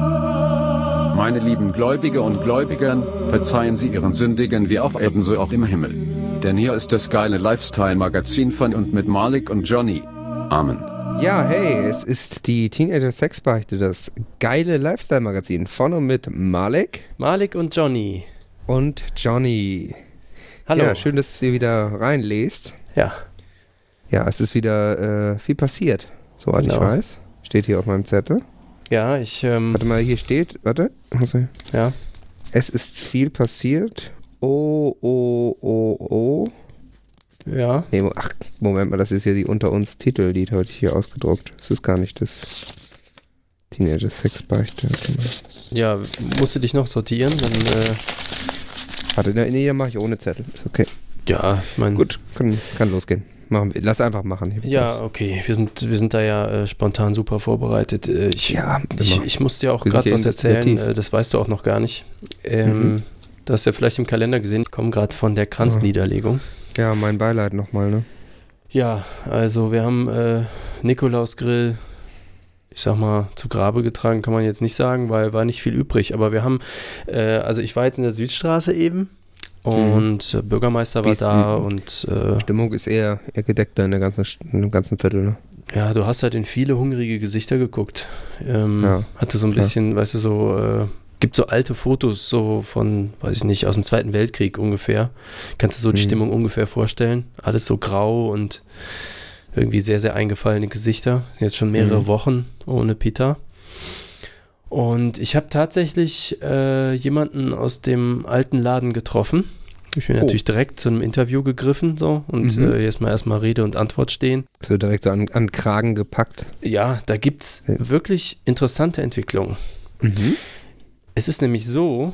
Meine lieben Gläubige und Gläubigern, verzeihen Sie Ihren Sündigen wie auf Erden so auch im Himmel. Denn hier ist das geile Lifestyle-Magazin von und mit Malik und Johnny. Amen. Ja, hey, es ist die Teenager Sexbeichte, das geile Lifestyle-Magazin von und mit Malik Malik und Johnny. und Johnny. Hallo. Ja, schön, dass ihr wieder reinlest. Ja, Ja, es ist wieder äh, viel passiert, soweit ich Genau. weiß. Steht hier auf meinem Zettel. ja ich, ähm, Warte mal, hier steht, warte. Also, ja. es ist viel passiert. Oh, oh, oh, oh. Ja, Nee, mo- ach, Moment mal, das ist ja die Unter uns Titellied heute hier ausgedruckt. Das ist gar nicht das Teenager Sexbeichte. Warte mal. ja, musst du dich noch sortieren, dann, äh, Warte, ne, nee, nee, mache ich ohne Zettel. Ist okay. ja, ich mein, Gut, kann, kann losgehen. Machen wir. Lass einfach machen. Hier. Mhm. Ja, okay, wir sind, wir sind da ja äh, spontan super vorbereitet. Äh, ich, Ja, ich, immer. ich muss dir auch Wir sind gerade hier Mhm. was erzählen, initiativ. äh, das weißt du auch noch gar nicht. Ähm, Du hast ja vielleicht im Kalender gesehen, ich komme gerade von der Kranzniederlegung. ja, mein Beileid nochmal, ne? Ja, also wir haben äh, Nikolausgrill, ich sag mal, zu Grabe getragen, kann man jetzt nicht sagen, weil war nicht viel übrig. Aber wir haben, äh, also ich war jetzt in der Südstraße eben und äh, Bürgermeister war Bisschen. da und äh, Stimmung ist eher, eher gedeckter in, der ganzen, St- in dem ganzen Viertel, ne? ja, du hast halt in viele hungrige Gesichter geguckt. Ähm, Ja, hatte so ein klar. bisschen, weißt du, so, äh, gibt so alte Fotos so von, weiß ich nicht, aus dem Zweiten Weltkrieg ungefähr. Kannst du so die Mhm. Stimmung ungefähr vorstellen? Alles so grau und irgendwie sehr, sehr eingefallene Gesichter. Jetzt schon mehrere Mhm. Wochen ohne Peter. Und ich habe tatsächlich äh, jemanden aus dem alten Laden getroffen. Ich bin Oh. natürlich direkt zu einem Interview gegriffen so und Mhm. äh, jetzt mal erstmal Rede und Antwort stehen. So direkt so an, an den Kragen gepackt. Ja, da gibt es Ja. wirklich interessante Entwicklungen. Mhm. Es ist nämlich so,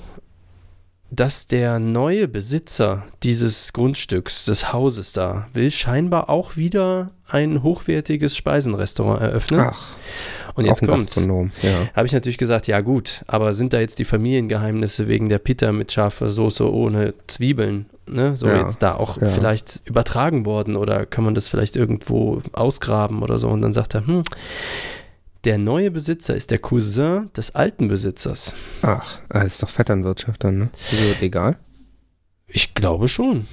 dass der neue Besitzer dieses Grundstücks, des Hauses da, will scheinbar auch wieder ein hochwertiges Speisenrestaurant eröffnen. Ach, ne? Und Ah, auch jetzt ein kommt's. Gastronom. Ja. Habe ich natürlich gesagt, ja gut, aber sind da jetzt die Familiengeheimnisse wegen der Pita mit scharfer Soße ohne Zwiebeln, ne, so Ja, jetzt da auch ja. vielleicht übertragen worden oder kann man das vielleicht irgendwo ausgraben oder so und dann sagt er, hm, der neue Besitzer ist der Cousin des alten Besitzers. Ach, ah, ist doch Vetternwirtschaft dann, ne? Wieso, egal? Ich glaube schon.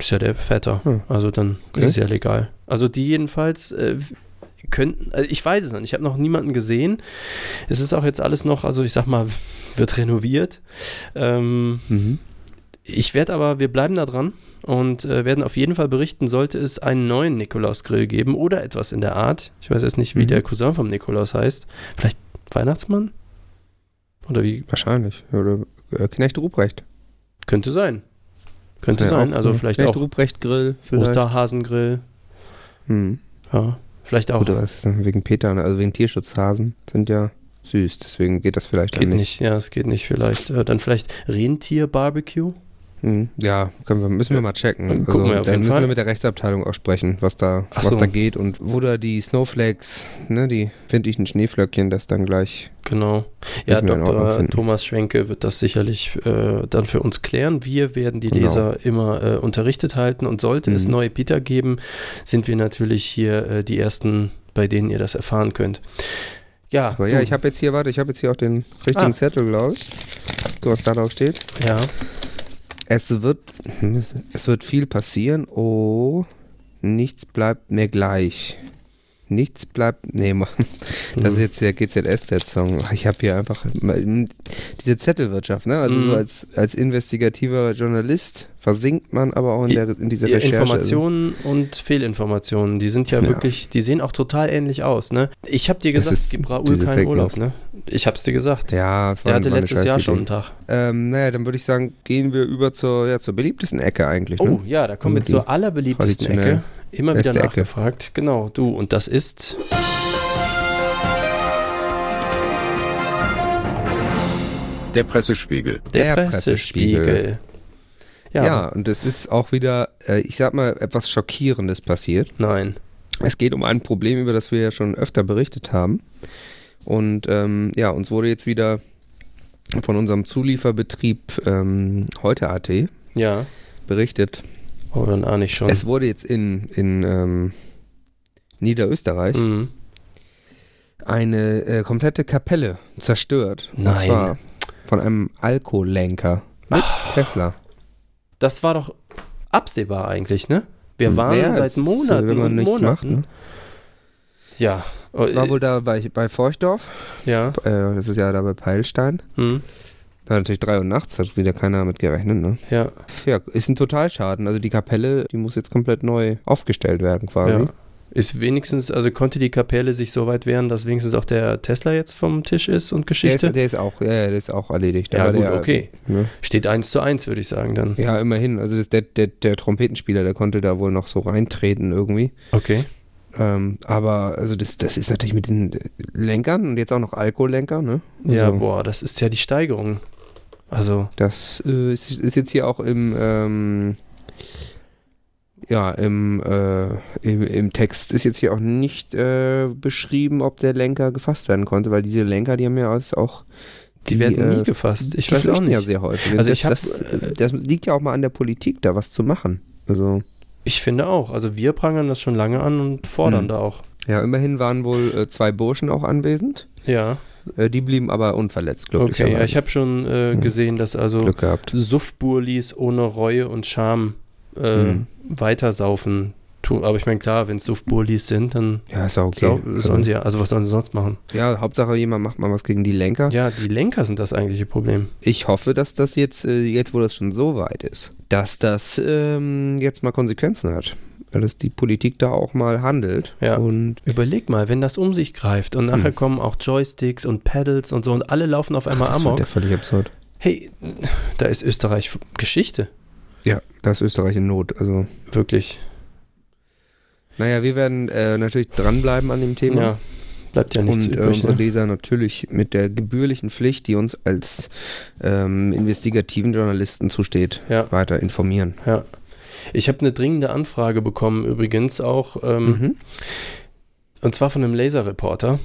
Ist ja der Vetter. Hm. Also dann Okay. ist es ja legal. Also die jedenfalls äh, könnten, also ich weiß es noch nicht, ich habe noch niemanden gesehen. Es ist auch jetzt alles noch, also ich sag mal, wird renoviert. Ähm, Mhm. ich werde aber, wir bleiben da dran und äh, werden auf jeden Fall berichten, sollte es einen neuen Nikolausgrill geben oder etwas in der Art. Ich weiß jetzt nicht, wie Mhm. der Cousin vom Nikolaus heißt. Vielleicht Weihnachtsmann? Oder wie, Wahrscheinlich. Oder äh, Knecht Ruprecht. könnte sein. Könnte Ja, sein, auch, also ne? vielleicht Knecht auch Ruprecht Grill. Vielleicht. Osterhasengrill. Mhm. Ja, vielleicht auch. Gut, aber das ist dann wegen Peter, ne? also wegen Tierschutzhasen sind ja süß, deswegen geht das vielleicht Geht dann nicht. nicht, ja, es geht nicht vielleicht. Äh, dann vielleicht Rentier-Barbecue? Mhm. Ja, können wir, müssen wir mal checken. Also, Gucken wir auf dann jeden müssen Fall. wir mit der Rechtsabteilung auch sprechen, was da, Ach was so. da geht und wo da die Snowflakes, ne, die findigen Schneeflöckchen, das dann gleich. Genau. Ja, Müssen wir in Ordnung Dr. finden. Thomas Schwenke wird das sicherlich äh, dann für uns klären. Wir werden die Genau. Leser immer äh, unterrichtet halten und sollte es Mhm. neue Peter geben, sind wir natürlich hier äh, die Ersten, bei denen ihr das erfahren könnt. Ja, Aber ja, du. ich habe jetzt hier, warte, ich habe jetzt hier auch den richtigen Ah. Zettel, glaube ich. Guck, was da drauf steht. ja. Es wird, es wird viel passieren. Oh, nichts bleibt mir gleich. Nichts bleibt. Nee, mach- das Mhm. ist jetzt der GZSZ-Song. Ich habe hier einfach mal- diese Zettelwirtschaft, ne? Also Mhm. so als, als investigativer Journalist versinkt man aber auch in, Ja, der, in dieser Ja, Recherche. also Informationen und Fehlinformationen, die sind ja, Ja. wirklich, die sehen auch total ähnlich aus, ne? Ich habe dir Das gesagt, ist gib Raoul diese keinen Fake News. Urlaub, ne? Ich hab's dir gesagt. Also, ja, Der vor allem hatte war eine letztes Jahr scheiß schon einen Idee. Tag. Ähm, naja, dann würde ich sagen, gehen wir über zur, ja, zur beliebtesten Ecke eigentlich. Oh Ne? ja, da kommen wir Irgendwie zur allerbeliebtesten traditionell Ecke. Immer wieder beste Ecke. nachgefragt. Genau, du. Und das ist. Der Pressespiegel. Der, Der Pressespiegel. Pressespiegel. Ja. ja, und es ist auch wieder, äh, ich sag mal, etwas Schockierendes passiert. Nein. Es geht um ein Problem, über das wir ja schon öfter berichtet haben. Und ähm, ja, uns wurde jetzt wieder von unserem Zulieferbetrieb ähm, heute AT Ja. berichtet. Oh, dann ahne ich schon. Es Hm. wurde jetzt in, in ähm, Niederösterreich Mhm. eine äh, komplette Kapelle zerstört. Und Nein. zwar von einem Alkoholenker mit Oh. Tesla. Das war doch absehbar eigentlich, ne? Hm. Wir waren Naja, seit es- Monaten äh, wenn man und nichts Monaten. macht. Ne? Ja. Oh, War äh, wohl da bei, bei Forchdorf, ja. äh, das ist ja da bei Peilstein. Hm, Da war natürlich 3 Uhr nachts, hat wieder keiner mit gerechnet. Ne? ja. Ja, ist ein Totalschaden. Also die Kapelle, die muss jetzt komplett neu aufgestellt werden quasi. ja. Ist wenigstens, also konnte die Kapelle sich so weit wehren, dass wenigstens auch der Tesla jetzt vom Tisch ist und Der ist, Geschichte? der ist auch, ja, ja, der ist auch erledigt. ja, aber gut, der, okay. Ne? Steht eins zu eins, würde ich sagen dann. Ja, immerhin. Also das, der, der, der Trompetenspieler, der konnte da wohl noch so reintreten irgendwie. Okay. Ähm, aber also das, das ist natürlich mit den Lenkern und jetzt auch noch Alkoholenker, ne? Also, Ja, boah, das ist ja die Steigerung. Also, Das äh, ist, ist jetzt hier auch im, ähm, ja, im, äh, im, im Text ist jetzt hier auch nicht äh, beschrieben, ob der Lenker gefasst werden konnte, weil diese Lenker, die haben ja alles auch, die, Die, werden nie äh, gefasst. Ich die weiß auch flüchten nicht. ja sehr häufig. Und Also ich hab, das, äh, das liegt ja auch mal an der Politik, da was zu machen. Also Ich finde auch. Also wir prangern das schon lange an und fordern Hm. da auch. ja, immerhin waren wohl äh, zwei Burschen auch anwesend. Ja. Äh, die blieben aber unverletzt, Okay, ja, ich glücklicherweise. habe schon äh, Ja. gesehen, dass also Mhm. Glück gehabt. Suffburlis ohne Reue und Scham äh, Mhm. weitersaufen tun. Aber ich meine, klar, wenn es Suffburlis sind, dann Ja, ist auch okay. sau- sollen sie ja, also was sollen sie sonst machen? ja, Hauptsache jemand macht mal was gegen die Lenker. Ja, die Lenker sind das eigentliche Problem. Ich hoffe, dass das jetzt, äh, jetzt wo das schon so weit ist, dass das ähm, jetzt mal Konsequenzen hat. Dass die Politik da auch mal handelt. Ja. Und Überleg mal, wenn das um sich greift und Hm. nachher kommen auch Joysticks und Pedals und so und alle laufen auf einmal das wird ja Amok. völlig absurd. Hey, da ist Österreich Geschichte. Ja, da ist Österreich in Not. Also, Wirklich. naja, wir werden äh, natürlich dranbleiben an dem Thema. Ja, bleibt ja nichts und äh, übrig. unsere ne? Leser natürlich mit der gebührlichen Pflicht, die uns als ähm, investigativen Journalisten zusteht, Ja. weiter informieren. Ich habe eine dringende Anfrage bekommen, übrigens auch. Ähm, Mhm. Und zwar von einem Laserreporter.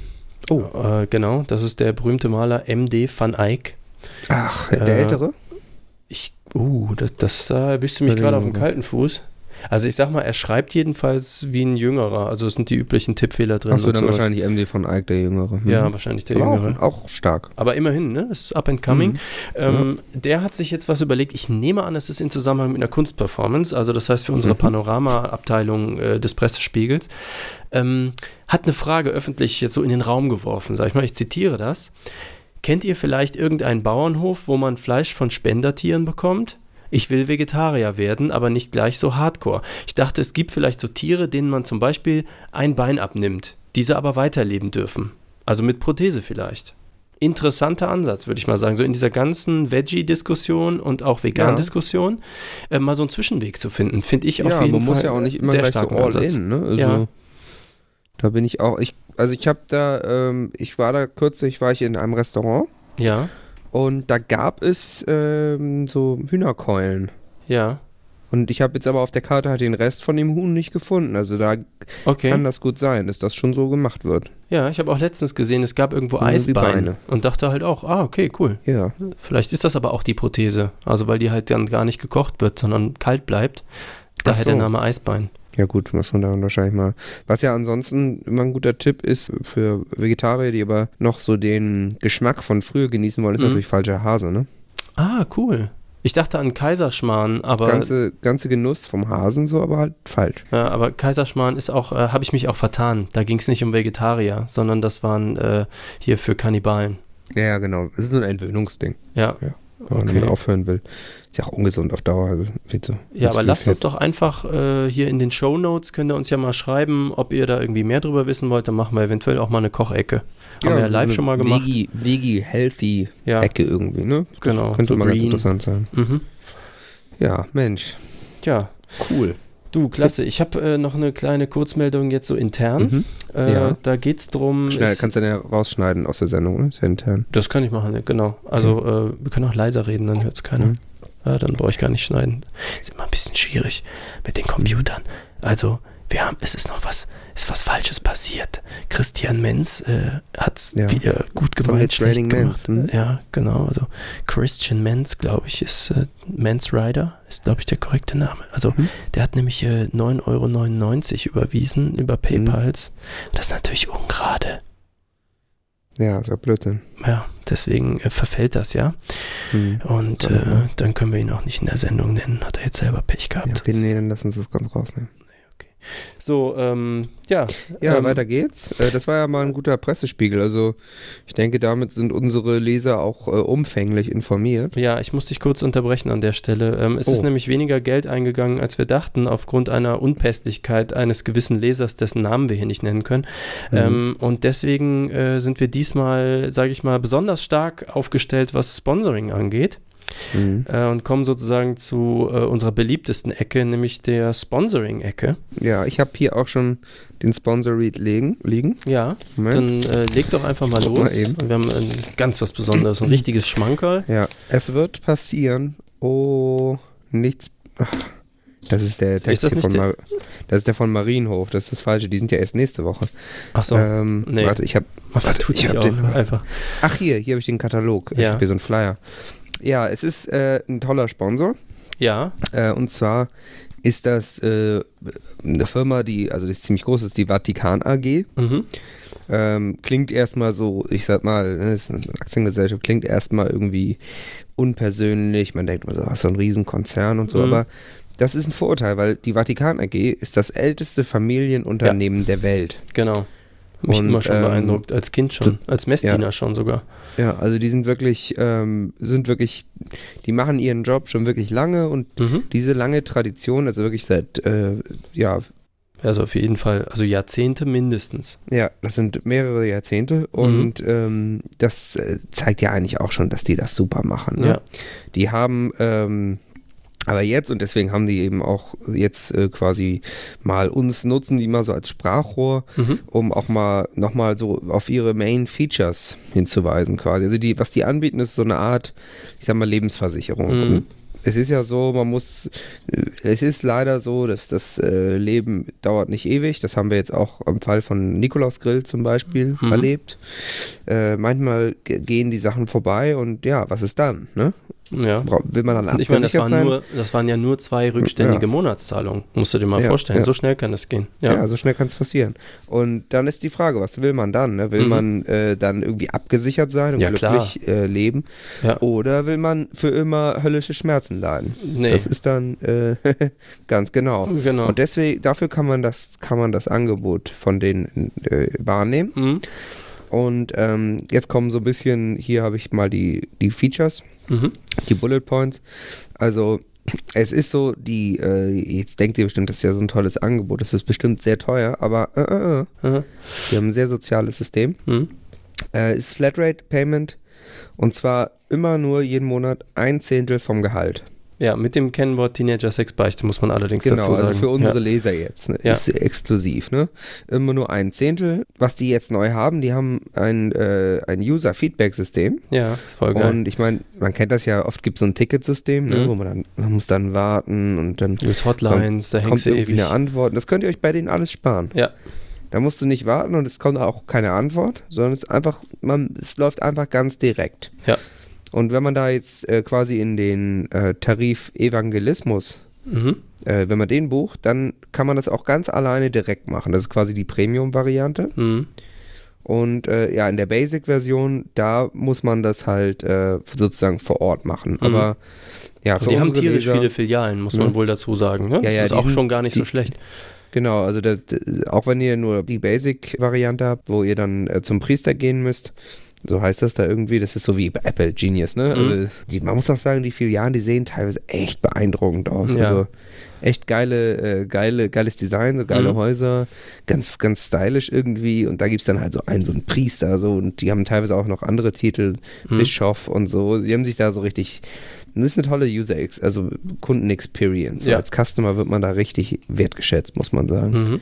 Oh. Äh, genau, das ist der berühmte Maler MD van Eyck. Ach, der Äh, Ältere? Ich, uh, das, das da erwischst du mich Bei gerade dem- auf dem kalten Fuß. Also ich sag mal, er schreibt jedenfalls wie ein Jüngerer. Also es sind die üblichen Tippfehler drin. Achso, und dann sowas. wahrscheinlich MD von Eyck, der Jüngere. Mhm. Ja, wahrscheinlich der Aber Jüngere. auch, auch stark. Aber immerhin, ne? Das ist up and coming. Mhm. Ähm, Der hat sich jetzt was überlegt. Ich nehme an, es ist in Zusammenhang mit einer Kunstperformance, also das heißt für unsere Mhm. Panorama-Abteilung äh, des Pressespiegels. Ähm, hat eine Frage öffentlich jetzt so in den Raum geworfen, sag ich mal. Ich zitiere das. Kennt ihr vielleicht irgendeinen Bauernhof, wo man Fleisch von Spendertieren bekommt? Ich will Vegetarier werden, aber nicht gleich so hardcore. Ich dachte, es gibt vielleicht so Tiere, denen man zum Beispiel ein Bein abnimmt, diese aber weiterleben dürfen. Also mit Prothese vielleicht. Interessanter Ansatz, würde ich mal sagen. So in dieser ganzen Veggie-Diskussion und auch Vegan-Diskussion äh, mal so einen Zwischenweg zu finden, finde ich auf ja, jeden man Fall. muss ja auch nicht immer sehr gleich so starken all Ansatz. in, ne? Also, Ja. Da bin ich auch, ich, also ich habe da, ähm, ich war da kürzlich, war ich in einem Restaurant Ja, und da gab es ähm, so Hühnerkeulen. ja, Und ich habe jetzt aber auf der Karte halt den Rest von dem Huhn nicht gefunden. Also da okay. kann das gut sein, dass das schon so gemacht wird. Ja, ich habe auch letztens gesehen, es gab irgendwo Ja, wie Eisbeine Beine. und dachte halt auch, ah, okay, cool. Ja. Vielleicht ist das aber auch die Prothese. Also weil die halt dann gar nicht gekocht wird, sondern kalt bleibt. Daher Ach so. der Name Eisbein. Ja gut, muss man da wahrscheinlich mal. Was ja ansonsten immer ein guter Tipp ist für Vegetarier, die aber noch so den Geschmack von früher genießen wollen, ist Mhm. natürlich falscher Hase, ne? Ah, cool. Ich dachte an Kaiserschmarrn, aber, ganze, ganze Genuss vom Hasen so, aber halt falsch. ja, aber Kaiserschmarrn ist auch, äh, habe ich mich auch vertan. Da ging es nicht um Vegetarier, sondern das waren äh, hier für Kannibalen. Ja, ja, genau. Es ist so ein Entwöhnungsding, Ja, wenn man Okay. damit aufhören will. Ist ja auch ungesund auf Dauer. Also viel zu, ja aber lasst das uns doch einfach äh, hier in den Show Notes, könnt ihr uns ja mal schreiben, ob ihr da irgendwie mehr drüber wissen wollt. Dann machen wir eventuell auch mal eine Kochecke. Haben wir ja live schon mal gemacht. Veggie, Veggie Healthy Ja, Ecke irgendwie, ne? Das Genau, Könnte so mal ganz green. interessant sein. mhm. Ja, Mensch. Ja, Cool. du, klasse. Ich habe äh, noch eine kleine Kurzmeldung jetzt so intern. Mhm. Äh, Ja. Da geht es drum. Schnell, ist- kannst du dann ja rausschneiden aus der Sendung, ne? Ist ja intern. das kann ich machen, ja, genau. Also äh, wir können auch leiser reden, dann hört es keiner. Mhm. Ja, dann brauche ich gar nicht schneiden. Ist immer ein bisschen schwierig mit den Computern. Also wir haben, es ist noch was, ist was Falsches passiert. Christian Menz äh, hat es Ja. wieder gut Von gemeint, der schlecht Training Menz, gemacht. Mhm. Ja, genau. Also Christian Menz, glaube ich, ist äh, Menz Rider, ist, glaube ich, der korrekte Name. Also Mhm. der hat nämlich äh, Mhm. 9,99 Euro überwiesen über PayPals. Das ist natürlich ungerade. Ja, ist ja Blödsinn. Ja, deswegen äh, verfällt das ja. Hm. Und Warte äh, mal. dann können wir ihn auch nicht in der Sendung nennen. Hat er jetzt selber Pech Ja, gehabt. okay, nee, dann lass uns das ganz rausnehmen. so, ähm, ja. Ja, ähm, weiter geht's. Äh, das war ja mal ein guter Pressespiegel. Also ich denke, damit sind unsere Leser auch äh, umfänglich informiert. Ja, ich muss dich kurz unterbrechen an der Stelle. Ähm, es Oh. ist nämlich weniger Geld eingegangen, als wir dachten, aufgrund einer Unpässlichkeit eines gewissen Lesers, dessen Namen wir hier nicht nennen können. Mhm. Ähm, und deswegen äh, sind wir diesmal, sage ich mal, besonders stark aufgestellt, was Sponsoring angeht. Mhm. Äh, und kommen sozusagen zu äh, unserer beliebtesten Ecke, nämlich der Sponsoring-Ecke. Ja, ich habe hier auch schon den Sponsor-Read liegen. liegen. Ja, Moment. dann äh, leg doch einfach mal Guck mal los. eben. wir haben ein ganz was Besonderes, ein richtiges Schmankerl. Ja, es wird passieren. Oh, nichts. Ach, das ist der Text das hier nicht von der- Mar Das ist der von Marienhof. Das ist das Falsche. Die sind ja erst nächste Woche. Achso, ähm, nee. Warte, ich habe. man Äh, vertut ich sich hab auch den- einfach. Ach, hier, hier habe ich den Katalog. Ich Ja. habe hier so einen Flyer. Ja, es ist äh, ein toller Sponsor. Ja, Äh, und zwar ist das äh, eine Firma, die, also die ist ziemlich groß, ist die Vatikan AG. mhm. Ähm, klingt erstmal so, ich sag mal, ne, ist eine Aktiengesellschaft, klingt erstmal irgendwie unpersönlich. Man denkt immer so, ach, so ein Riesenkonzern und so, Mhm. aber das ist ein Vorurteil, weil die Vatikan AG ist das älteste Familienunternehmen der Welt. genau. Mich Und, immer schon ähm, beeindruckt, als Kind schon, als Messdiener ja. schon sogar. Ja, also die sind wirklich, ähm, sind wirklich, die machen ihren Job schon wirklich lange und Mhm. diese lange Tradition, also wirklich seit, äh, ja, Also auf jeden Fall, also Jahrzehnte mindestens. Ja, das sind mehrere Jahrzehnte und ähm, das äh, zeigt ja eigentlich auch schon, dass die das super machen. Ne? Ja. Die haben ähm, aber jetzt und deswegen haben die eben auch jetzt äh, quasi mal uns nutzen, die mal so als Sprachrohr, Mhm. um auch mal nochmal so auf ihre Main Features hinzuweisen quasi. Also die, was die anbieten, ist so eine Art, ich sag mal, Lebensversicherung. Mhm. Und es ist ja so, man muss, äh, es ist leider so, dass das äh, Leben dauert nicht ewig. Das haben wir jetzt auch im Fall von Nikolaus Grill zum Beispiel Mhm. erlebt. Äh, manchmal ge- gehen die Sachen vorbei und ja, was ist dann? Ne? Ja. Bra- Will man dann Ich meine, das abgesichert waren, sein? nur, das waren ja nur zwei rückständige Ja. Monatszahlungen. Musst du dir mal Ja, vorstellen. ja. So schnell kann das gehen. Ja. also Ja. so schnell kann es passieren. Und dann ist die Frage, was will man dann? Ne? Will Mhm. man äh, dann irgendwie abgesichert sein und Ja, klar. glücklich äh, leben? Ja. Oder will man für immer höllische Schmerzen leiden? nee. Das ist dann äh, ganz genau. genau. Und deswegen, dafür kann man das, kann man das Angebot von denen äh, wahrnehmen. mhm. Und ähm, jetzt kommen so ein bisschen, hier habe ich mal die, die Features Mhm. die Bullet Points. Also es ist so, die, äh, jetzt denkt ihr bestimmt, das ist ja so ein tolles Angebot, das ist bestimmt sehr teuer, aber äh, äh, äh, Aha. wir haben ein sehr soziales System. Mhm. Äh, ist Flatrate Payment und zwar immer nur jeden Monat ein Zehntel vom Gehalt. Ja, mit dem Kennwort Teenager Sexbeichte muss man allerdings Genau, dazu sagen. also für unsere ja. Leser jetzt. Ne? Ja. Ist exklusiv, ne? Immer nur ein Zehntel. Was die jetzt neu haben, die haben ein, äh, ein User-Feedback-System. Ja, ist voll Oh, geil. Und ich meine, man kennt das ja, oft gibt es so ein Ticketsystem, ne? Mhm. wo man dann, man muss dann warten und dann Mit Hotlines, da kommt hängst du irgendwie ewig. eine Antwort. Und Das könnt ihr euch bei denen alles sparen. Ja. Da musst du nicht warten und es kommt auch keine Antwort, sondern es ist einfach, man, es läuft einfach ganz direkt. Ja. Und wenn man da jetzt äh, quasi in den äh, Tarif Evangelismus, Mhm. äh, wenn man den bucht, dann kann man das auch ganz alleine direkt machen. Das ist quasi die Premium-Variante. Mhm. Und äh, ja, in der Basic-Version, da muss man das halt äh, sozusagen vor Ort machen. Aber ja, für Mhm. Die haben unsere tierisch Leser- viele Filialen, muss man Ja. wohl dazu sagen. Ne? Ja, das ja, ist die auch sind- schon gar nicht so die- schlecht. Genau, also das, auch wenn ihr nur die Basic-Variante habt, wo ihr dann äh, zum Priester gehen müsst, so heißt das da irgendwie, das ist so wie bei Apple Genius, Mhm. ne? Also die, man muss auch sagen, die Filialen, die sehen teilweise echt beeindruckend aus. Ja. Also echt geile, äh, geile, geiles Design, so geile Mhm. Häuser, ganz, ganz stylisch irgendwie. Und da gibt es dann halt so einen, so einen Priester, so und die haben teilweise auch noch andere Titel, Mhm. Bischof und so. Sie haben sich da so richtig. Das ist eine tolle User, Ex- also Kundenexperience. So Ja. Als Customer wird man da richtig wertgeschätzt, muss man sagen. Mhm.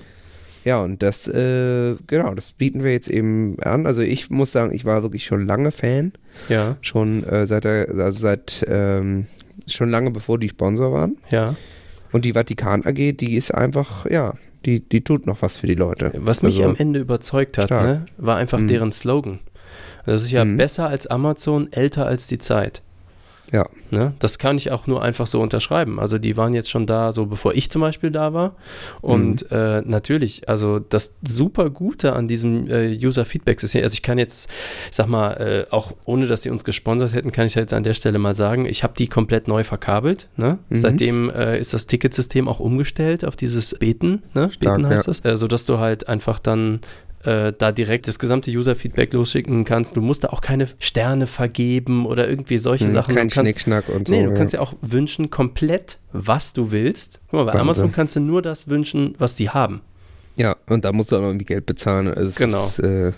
Ja, und das, äh, genau, das bieten wir jetzt eben an. Also ich muss sagen, ich war wirklich schon lange Fan, Ja, schon äh, seit, der, also seit ähm, schon lange bevor die Sponsor waren. ja. Und die Vatikan AG, die ist einfach, ja, die, die tut noch was für die Leute. Was mich Also, am Ende überzeugt hat, stark. ne, war einfach Mhm. deren Slogan. Das ist ja Mhm. besser als Amazon, älter als die Zeit. Ja. Ne? Das kann ich auch nur einfach so unterschreiben. Also die waren jetzt schon da, so bevor ich zum Beispiel da war. Und Mhm. äh, natürlich, also das super Gute an diesem äh, User-Feedback-System, also ich kann jetzt, sag mal, äh, auch ohne, dass sie uns gesponsert hätten, kann ich jetzt an der Stelle mal sagen, ich habe die komplett neu verkabelt. Ne? Mhm. Seitdem äh, ist das Ticketsystem auch umgestellt auf dieses Beten, ne? Stark, Beten heißt ja. das, äh, sodass du halt einfach dann äh, da direkt das gesamte User-Feedback losschicken kannst. Du musst da auch keine Sterne vergeben oder irgendwie solche Mhm, Sachen. Kein du kannst, Schnickschnack und so. Nee, du kannst ja auch wünschen komplett, was du willst. Guck mal, bei Wahnsinn. Amazon kannst du nur das wünschen, was die haben. ja, und da musst du auch noch irgendwie Geld bezahlen. Es Genau. ist äh,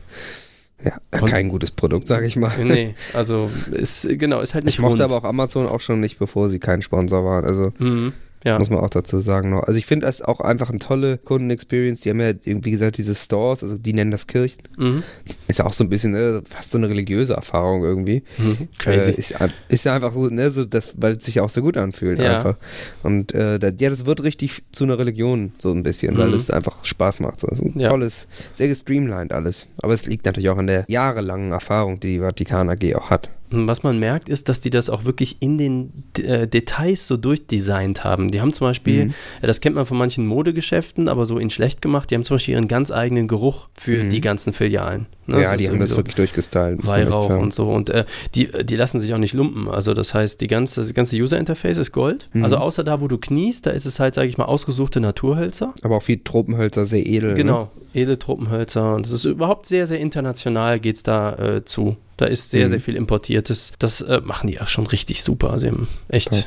ja, Und- kein gutes Produkt, sag ich mal. Nee, also ist genau, ist halt nicht Ich mochte rund. aber auch Amazon auch schon nicht, bevor sie kein Sponsor waren. Also Mhm, ja. Muss man auch dazu sagen noch. Also ich finde das auch einfach eine tolle Kundenexperience. Die haben ja, wie gesagt, diese Stores, also die nennen das Kirchen. Mhm. Ist ja auch so ein bisschen ne, fast so eine religiöse Erfahrung irgendwie. Mhm. Crazy. Äh, ist, an- ist ja einfach so, ne, so das, weil es sich auch so gut anfühlt Ja. einfach. Und äh, da, ja, das wird richtig zu einer Religion so ein bisschen, weil Mhm. es einfach Spaß macht. So, Das ist ein Ja. tolles, sehr gestreamlined alles. Aber es liegt natürlich auch an der jahrelangen Erfahrung, die die Vatikan AG auch hat. Was man merkt, ist, dass die das auch wirklich in den äh, Details so durchdesignt haben. Die haben zum Beispiel, Mhm. äh, das kennt man von manchen Modegeschäften, aber so in schlecht gemacht, die haben zum Beispiel ihren ganz eigenen Geruch für Mhm. die ganzen Filialen. Ne, ja, ist die haben das irgendwie so. wirklich durchgestylt. muss man echt Weihrauch sagen. und so. Und äh, die, die lassen sich auch nicht lumpen. Also das heißt, die ganze, das ganze User-Interface ist Gold. Mhm. Also außer da, wo du kniest, da ist es halt, sage ich mal, ausgesuchte Naturhölzer. Aber auch viel Tropenhölzer, sehr edel. Ne? Genau, edle Truppenhölzer. Und es ist überhaupt sehr, sehr international geht es da äh, zu. Da ist sehr, Mhm. sehr viel importiertes. Das äh, machen die auch schon richtig super. Also eben echt. Toll.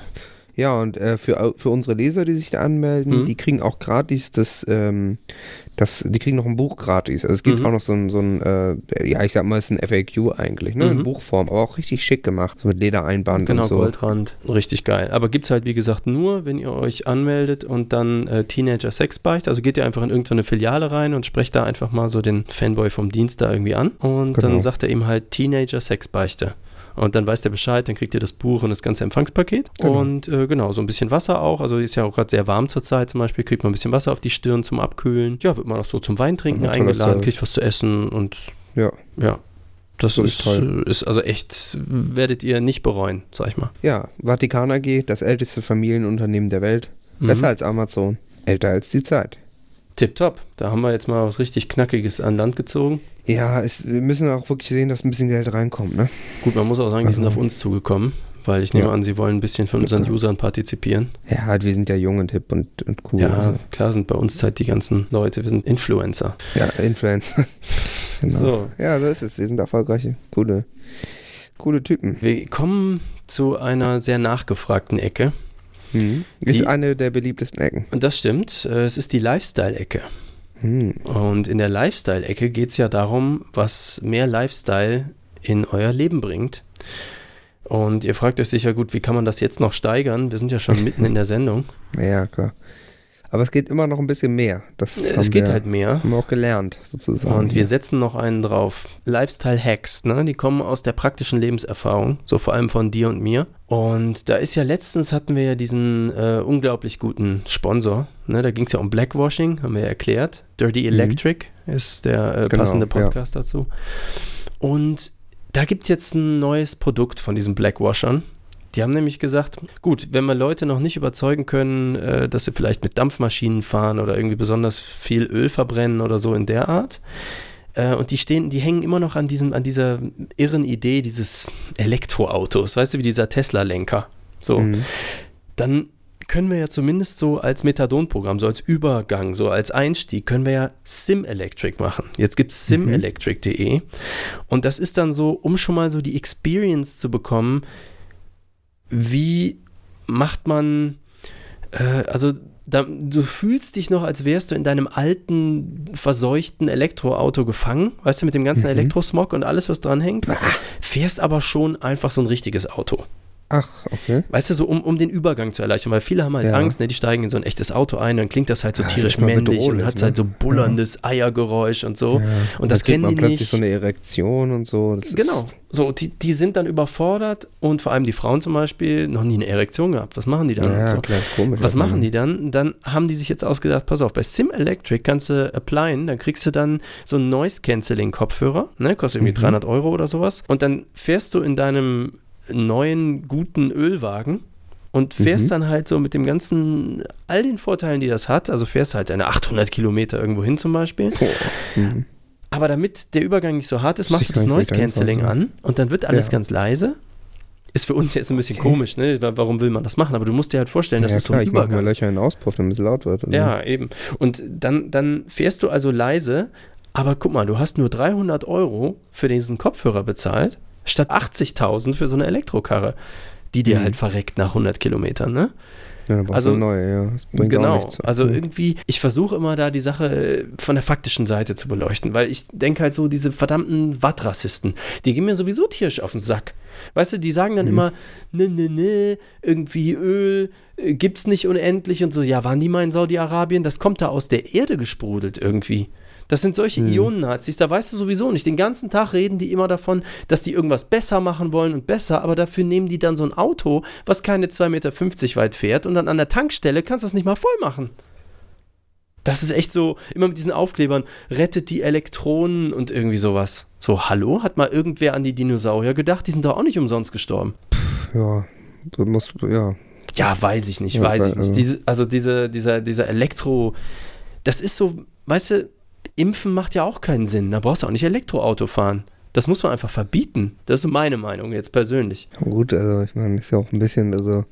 Ja, und äh, für, für unsere Leser, die sich da anmelden, Mhm. die kriegen auch gratis das, ähm, das, die kriegen noch ein Buch gratis. Also es gibt Mhm. auch noch so ein, so ein äh, ja, ich sag mal, es ist ein FAQ eigentlich, ne? Mhm. In Buchform, aber auch richtig schick gemacht, so mit Ledereinband Genau, und so. Goldrand. Richtig geil. Aber gibt es halt, wie gesagt, nur, wenn ihr euch anmeldet und dann äh, Teenager Sex beicht. Also geht ihr einfach in irgendeine Filiale rein und sprecht da einfach mal so den Fanboy vom Dienst da irgendwie an. Und Genau. dann sagt er ihm halt Teenager Sex beichte. Und dann weiß der Bescheid, dann kriegt ihr das Buch und das ganze Empfangspaket. Genau. Und äh, genau, so ein bisschen Wasser auch. Also ist ja auch gerade sehr warm zurzeit zum Beispiel. Kriegt man ein bisschen Wasser auf die Stirn zum Abkühlen. Ja, wird man auch so zum Weintrinken Ja, toller eingeladen, Service. kriegt was zu essen und Ja. ja. Das So ist ist, toll. äh, ist also echt, werdet ihr nicht bereuen, sag ich mal. Ja, Vatikan AG, das älteste Familienunternehmen der Welt. Mhm. Besser als Amazon, älter als die Zeit. Tipptopp. Da haben wir jetzt mal was richtig Knackiges an Land gezogen. Ja, es, wir müssen auch wirklich sehen, dass ein bisschen Geld reinkommt, ne? Gut, man muss auch sagen, die sind auf uns zugekommen, weil ich nehme Also- Ja. an, sie wollen ein bisschen von unseren Ja. Usern partizipieren. Ja, halt, wir sind ja jung und hip und, und cool. Also, Ja, klar sind bei uns halt die ganzen Leute, wir sind Influencer. ja Influencer. genau. So, Ja, so ist es. Wir sind erfolgreiche, coole, coole Typen. wir kommen zu einer sehr nachgefragten Ecke. Ist Mhm. Die- eine der beliebtesten Ecken. Und das stimmt, äh, es ist die Lifestyle-Ecke. Hm. Und in der Lifestyle-Ecke geht es ja darum, was mehr Lifestyle in euer Leben bringt. Und ihr fragt euch sicher, gut, wie kann man das jetzt noch steigern? Wir sind ja schon mitten in der Sendung. Ja, klar. Aber es geht immer noch ein bisschen mehr. Das Es haben geht wir, halt mehr. Haben wir auch gelernt, sozusagen. Und wir setzen noch einen drauf. Lifestyle-Hacks, ne? Die kommen aus der praktischen Lebenserfahrung, so vor allem von dir und mir. Und da ist ja letztens hatten wir ja diesen äh, unglaublich guten Sponsor. Ne? Da ging es ja um Blackwashing, haben wir ja erklärt. Dirty Electric ist der äh, Mhm. Genau, passende ja. Podcast dazu. Und da gibt es jetzt ein neues Produkt von diesen Blackwashern. Die haben nämlich gesagt, gut, wenn wir Leute noch nicht überzeugen können, äh, dass sie vielleicht mit Dampfmaschinen fahren oder irgendwie besonders viel Öl verbrennen oder so in der Art. Äh, Und die stehen, die hängen immer noch an diesem, an dieser irren Idee dieses Elektroautos, weißt du, wie dieser Tesla-Lenker. So, Mhm. dann können wir ja zumindest so als Methadon-Programm, so als Übergang, so als Einstieg, können wir ja Sim Electric machen. Jetzt gibt es simelectric.de E. und das ist dann so, um schon mal so die Experience zu bekommen, wie macht man, äh, also da, du fühlst dich noch, als wärst du in deinem alten, verseuchten Elektroauto gefangen, weißt du, mit dem ganzen Mhm. Elektrosmog und alles, was dranhängt, fährst aber schon einfach so ein richtiges Auto. Ach, okay. Weißt du, so um, um den Übergang zu erleichtern, weil viele haben halt Ja. Angst, ne, die steigen in so ein echtes Auto ein, dann klingt das halt so Ja, das ist tierisch erstmal männlich und bedrohlich, hat ne? halt so bullerndes Eiergeräusch und so. Ja. Und das Dann kriegt kennen man die plötzlich nicht. so eine Erektion und so. Das Genau. Ist, So, die, die sind dann überfordert und vor allem die Frauen zum Beispiel noch nie eine Erektion gehabt. Was machen die dann? ja, so. klar, ist komisch. Was aber- machen die dann? Dann haben die sich jetzt ausgedacht, pass auf, bei Sim Electric kannst du applyen, dann kriegst du dann so einen Noise-Canceling-Kopfhörer, ne, kostet irgendwie Mhm. 300 Euro oder sowas und dann fährst du in deinem neuen, guten Ölwagen und fährst Mhm. dann halt so mit dem ganzen, all den Vorteilen, die das hat, also fährst halt deine 800 Kilometer irgendwo hin zum Beispiel. Mhm. Aber damit der Übergang nicht so hart ist, machst du das Sicherheit Noise wird Cancelling einfach, ja. an und dann wird alles Ja. ganz leise. Ist für uns jetzt ein bisschen komisch, ne? Wa- Warum will man das machen? Aber du musst dir halt vorstellen, Ja, dass das klar, so ein ich mache mal Übergang Löcher in den Auspuff, damit es laut wird. Und Ja, eben. Und dann, dann fährst du also leise, aber guck mal, du hast nur 300 Euro für diesen Kopfhörer bezahlt, statt 80.000 für so eine Elektrokarre, die dir Mhm. halt verreckt nach 100 Kilometern, ne? Ja, dann also, Also- neue, ja. Das bringt auch genau. nichts. Mhm. Also Ja. irgendwie, ich versuche immer da die Sache äh, von der faktischen Seite zu beleuchten, weil ich denke halt so, diese verdammten Wattrassisten, die gehen mir sowieso tierisch auf den Sack. Weißt du, die sagen Mhm. dann immer, ne, ne, ne, irgendwie Öl äh, gibt's nicht unendlich und so. Ja, waren die mal in Saudi-Arabien? Das kommt da aus der Erde gesprudelt irgendwie. Das sind solche Ionen-Nazis, da weißt du sowieso nicht. Den ganzen Tag reden die immer davon, dass die irgendwas besser machen wollen und besser, aber dafür nehmen die dann so ein Auto, was keine 2,50 Meter weit fährt und dann an der Tankstelle kannst du das nicht mal voll machen. Das ist echt so, immer mit diesen Aufklebern, rettet die Elektronen und irgendwie sowas. So, hallo? Hat mal irgendwer an die Dinosaurier gedacht? Die sind doch auch nicht umsonst gestorben. Ja, du musst, ja. Ja, weiß ich nicht, Ja, weiß weil- äh, ich nicht. Diese, also diese, dieser, dieser Elektro, das ist so, weißt du, Impfen macht ja auch keinen Sinn. Da brauchst du auch nicht Elektroauto fahren. Das muss man einfach verbieten. Das ist meine Meinung jetzt persönlich. Gut, also ich meine, ist ja auch ein bisschen, also.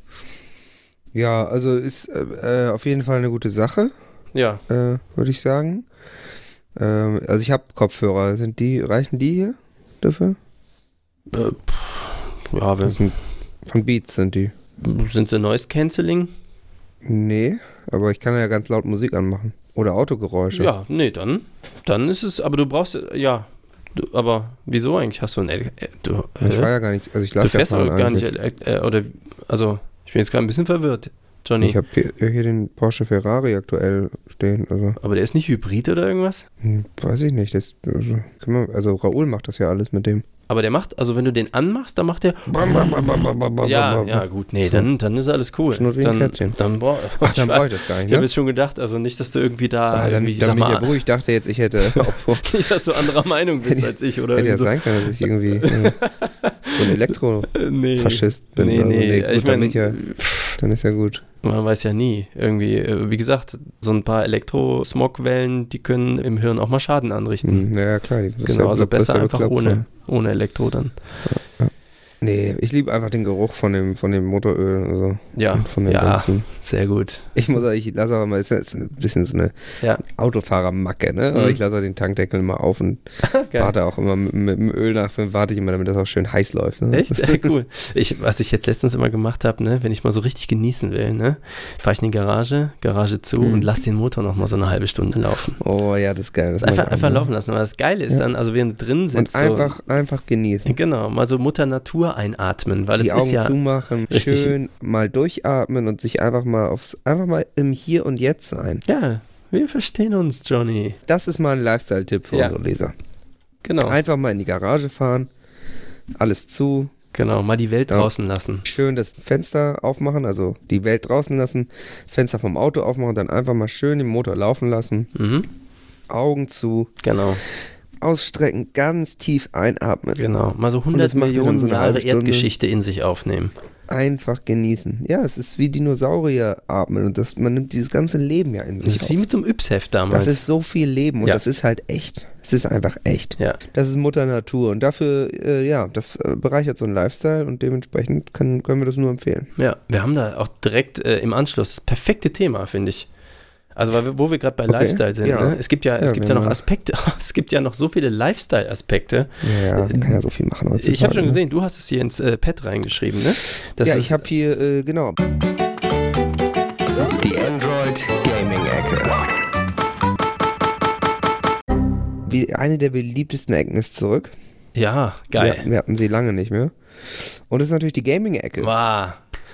Ja, also ist äh, äh, auf jeden Fall eine gute Sache, Ja, äh, würde ich sagen. Ähm, also ich habe Kopfhörer. Sind die, reichen die hier dafür? äh, pff, ja, wir, Das sind, von Beats sind die. sind sie Noise Cancelling? Nee, aber ich kann ja ganz laut Musik anmachen. Oder Autogeräusche. Ja, nee, dann, dann ist es, aber du brauchst, ja, du, aber wieso eigentlich hast du ein, Ele- äh, du, Ich äh, war ja gar nicht, also ich du lasse ja fährst fahren doch gar eigentlich. nicht, Ele- äh, oder, also, ich bin jetzt gerade ein bisschen verwirrt, Johnny, Ich habe hier, hier den Porsche Ferrari aktuell stehen. Also, aber der ist nicht Hybrid oder irgendwas? hm, weiß ich nicht. Das, also, können wir, also Raoul macht das ja alles mit dem. Aber der macht, also wenn du den anmachst, dann macht der. Ja, ja, gut, nee, dann, dann ist alles cool. Schnurrt wie ein dann, Kätzchen. Dann, boah, Ach, dann brauche ich, war- ich das gar ich nicht, habe ne? jetzt schon gedacht, also nicht, dass du irgendwie da, Ah, dann irgendwie, dann ich sag bin ich ja mal, beruhigt. Ich dachte jetzt, ich hätte, obwohl, nicht, dass du anderer Meinung bist als ich oder hätte ja irgendwie sein können, dass ich irgendwie äh, so ein Elektrofaschist so. Äh, Nee. bin. Nee, oder so. nee, gut, ich dann, bin meine, ich ja, dann ist ja gut. man weiß ja nie. Irgendwie, äh, wie gesagt, so ein paar Elektrosmogwellen, die können im Hirn auch mal Schaden anrichten. Hm, naja, klar. Die wirst Genau, ja- also wirst ja besser einfach bekloppt ohne, von. ohne Elektro dann. ne? Nee, ich liebe einfach den Geruch von dem, von dem Motoröl und so. Ja, Von dem ja, Benzin. sehr gut. Ich muss sagen, ich lasse aber mal, ist jetzt ein bisschen so eine Ja. Autofahrermacke, ne? Aber Mhm. ich lasse auch den Tankdeckel mal auf und Geil. warte auch immer mit, mit dem Öl nach, warte ich immer, damit das auch schön heiß läuft. Ne? Echt? Äh, cool. Ich, was ich jetzt letztens immer gemacht habe, ne, wenn ich mal so richtig genießen will, ne, fahre ich in die Garage, Garage zu Mhm. und lass den Motor noch mal so eine halbe Stunde laufen. Oh ja, das ist geil. Das Das einfach, mag ich einfach auch, ne? laufen lassen. Weil das Geile ist Ja. dann, also während du drin Und sitzt, einfach, einfach so, genießen. genau, mal so Mutter Natur einatmen, weil Die es Augen ist ja zumachen, richtig- schön mal durchatmen und sich einfach mal aufs, einfach mal im Hier und Jetzt sein. ja, wir verstehen uns, Johnny. Das ist mal ein Lifestyle-Tipp für Ja. unsere Leser. Genau, Einfach mal in die Garage fahren, alles zu, genau, mal die Welt Ja. draußen lassen. schön das Fenster aufmachen, also die Welt draußen lassen, das Fenster vom Auto aufmachen, dann einfach mal schön den Motor laufen lassen, Mhm. Augen zu, Genau, ausstrecken, ganz tief einatmen, genau. Mal so das 100 macht ihr dann Millionen so eine halbe Jahre Stunde? Erdgeschichte in sich aufnehmen. einfach genießen. Ja, es ist wie Dinosaurier atmen und das, man nimmt dieses ganze Leben ja in Das sich. ist auf. wie mit so einem Yps-Heft damals. Das ist so viel Leben und Ja. das ist halt echt. Es ist einfach echt. ja. Das ist Mutter Natur und dafür, äh, ja, das äh, bereichert so einen Lifestyle und dementsprechend kann, können wir das nur empfehlen. Ja, wir haben da auch direkt äh, im Anschluss das perfekte Thema, finde ich. Also weil wir, wo wir gerade bei Okay, Lifestyle sind, ja. ne? es gibt ja, es Ja, gibt ja wenn noch man- Aspekte, es gibt ja noch so viele Lifestyle-Aspekte. Ja, kann ja so viel machen. Ich habe heutzutage, schon ne? gesehen, du hast es hier ins äh, Pad reingeschrieben, ne? Das ja, ist, ich habe hier, äh, genau. Die Android Gaming Ecke. Wie eine der beliebtesten Ecken ist zurück. ja Wir, geil. hatten- wir hatten sie lange nicht mehr. Und das ist natürlich die Gaming-Ecke. Wow.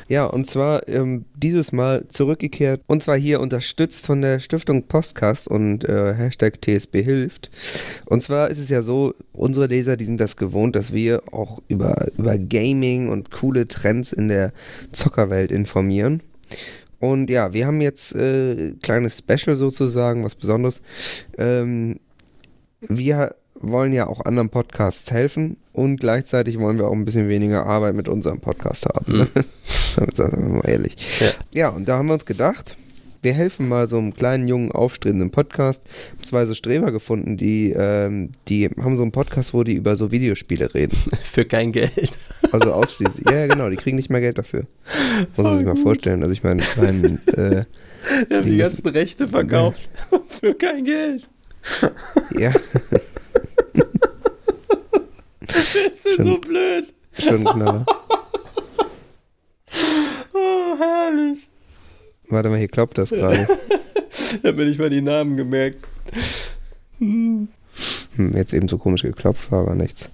Ja, und zwar ähm, dieses Mal zurückgekehrt. Und zwar hier unterstützt von der Stiftung Postcast und äh, Hashtag TSB hilft. Und zwar ist es ja so, unsere Leser, die sind das gewohnt, dass wir auch über, über Gaming und coole Trends in der Zockerwelt informieren. Und ja, wir haben jetzt äh, kleines Special sozusagen, was Besonderes. Ähm, wir wollen ja auch anderen Podcasts helfen und gleichzeitig wollen wir auch ein bisschen weniger Arbeit mit unserem Podcast haben. Ne? Sagen wir mal ehrlich. Ja. ja, und da haben wir uns gedacht, wir helfen mal so einem kleinen, jungen, aufstrebenden Podcast. Ich habe zwei so Streber gefunden, die, ähm, die haben so einen Podcast, wo die über so Videospiele reden. Für kein Geld. Also ausschließlich. ja, ja, genau, die kriegen nicht mehr Geld dafür. Muss man sich mal vorstellen. Also ich meine, ich meine, äh, Die haben die müssen- ganzen Rechte verkauft. Für kein Geld. ja, Wer ist denn Schon- so blöd? schon ein Knaller. Oh, herrlich. Warte mal, hier klopft das gerade. Da bin ich mal die Namen gemerkt. Mhm. Hm, jetzt eben so komisch geklopft, war aber nichts.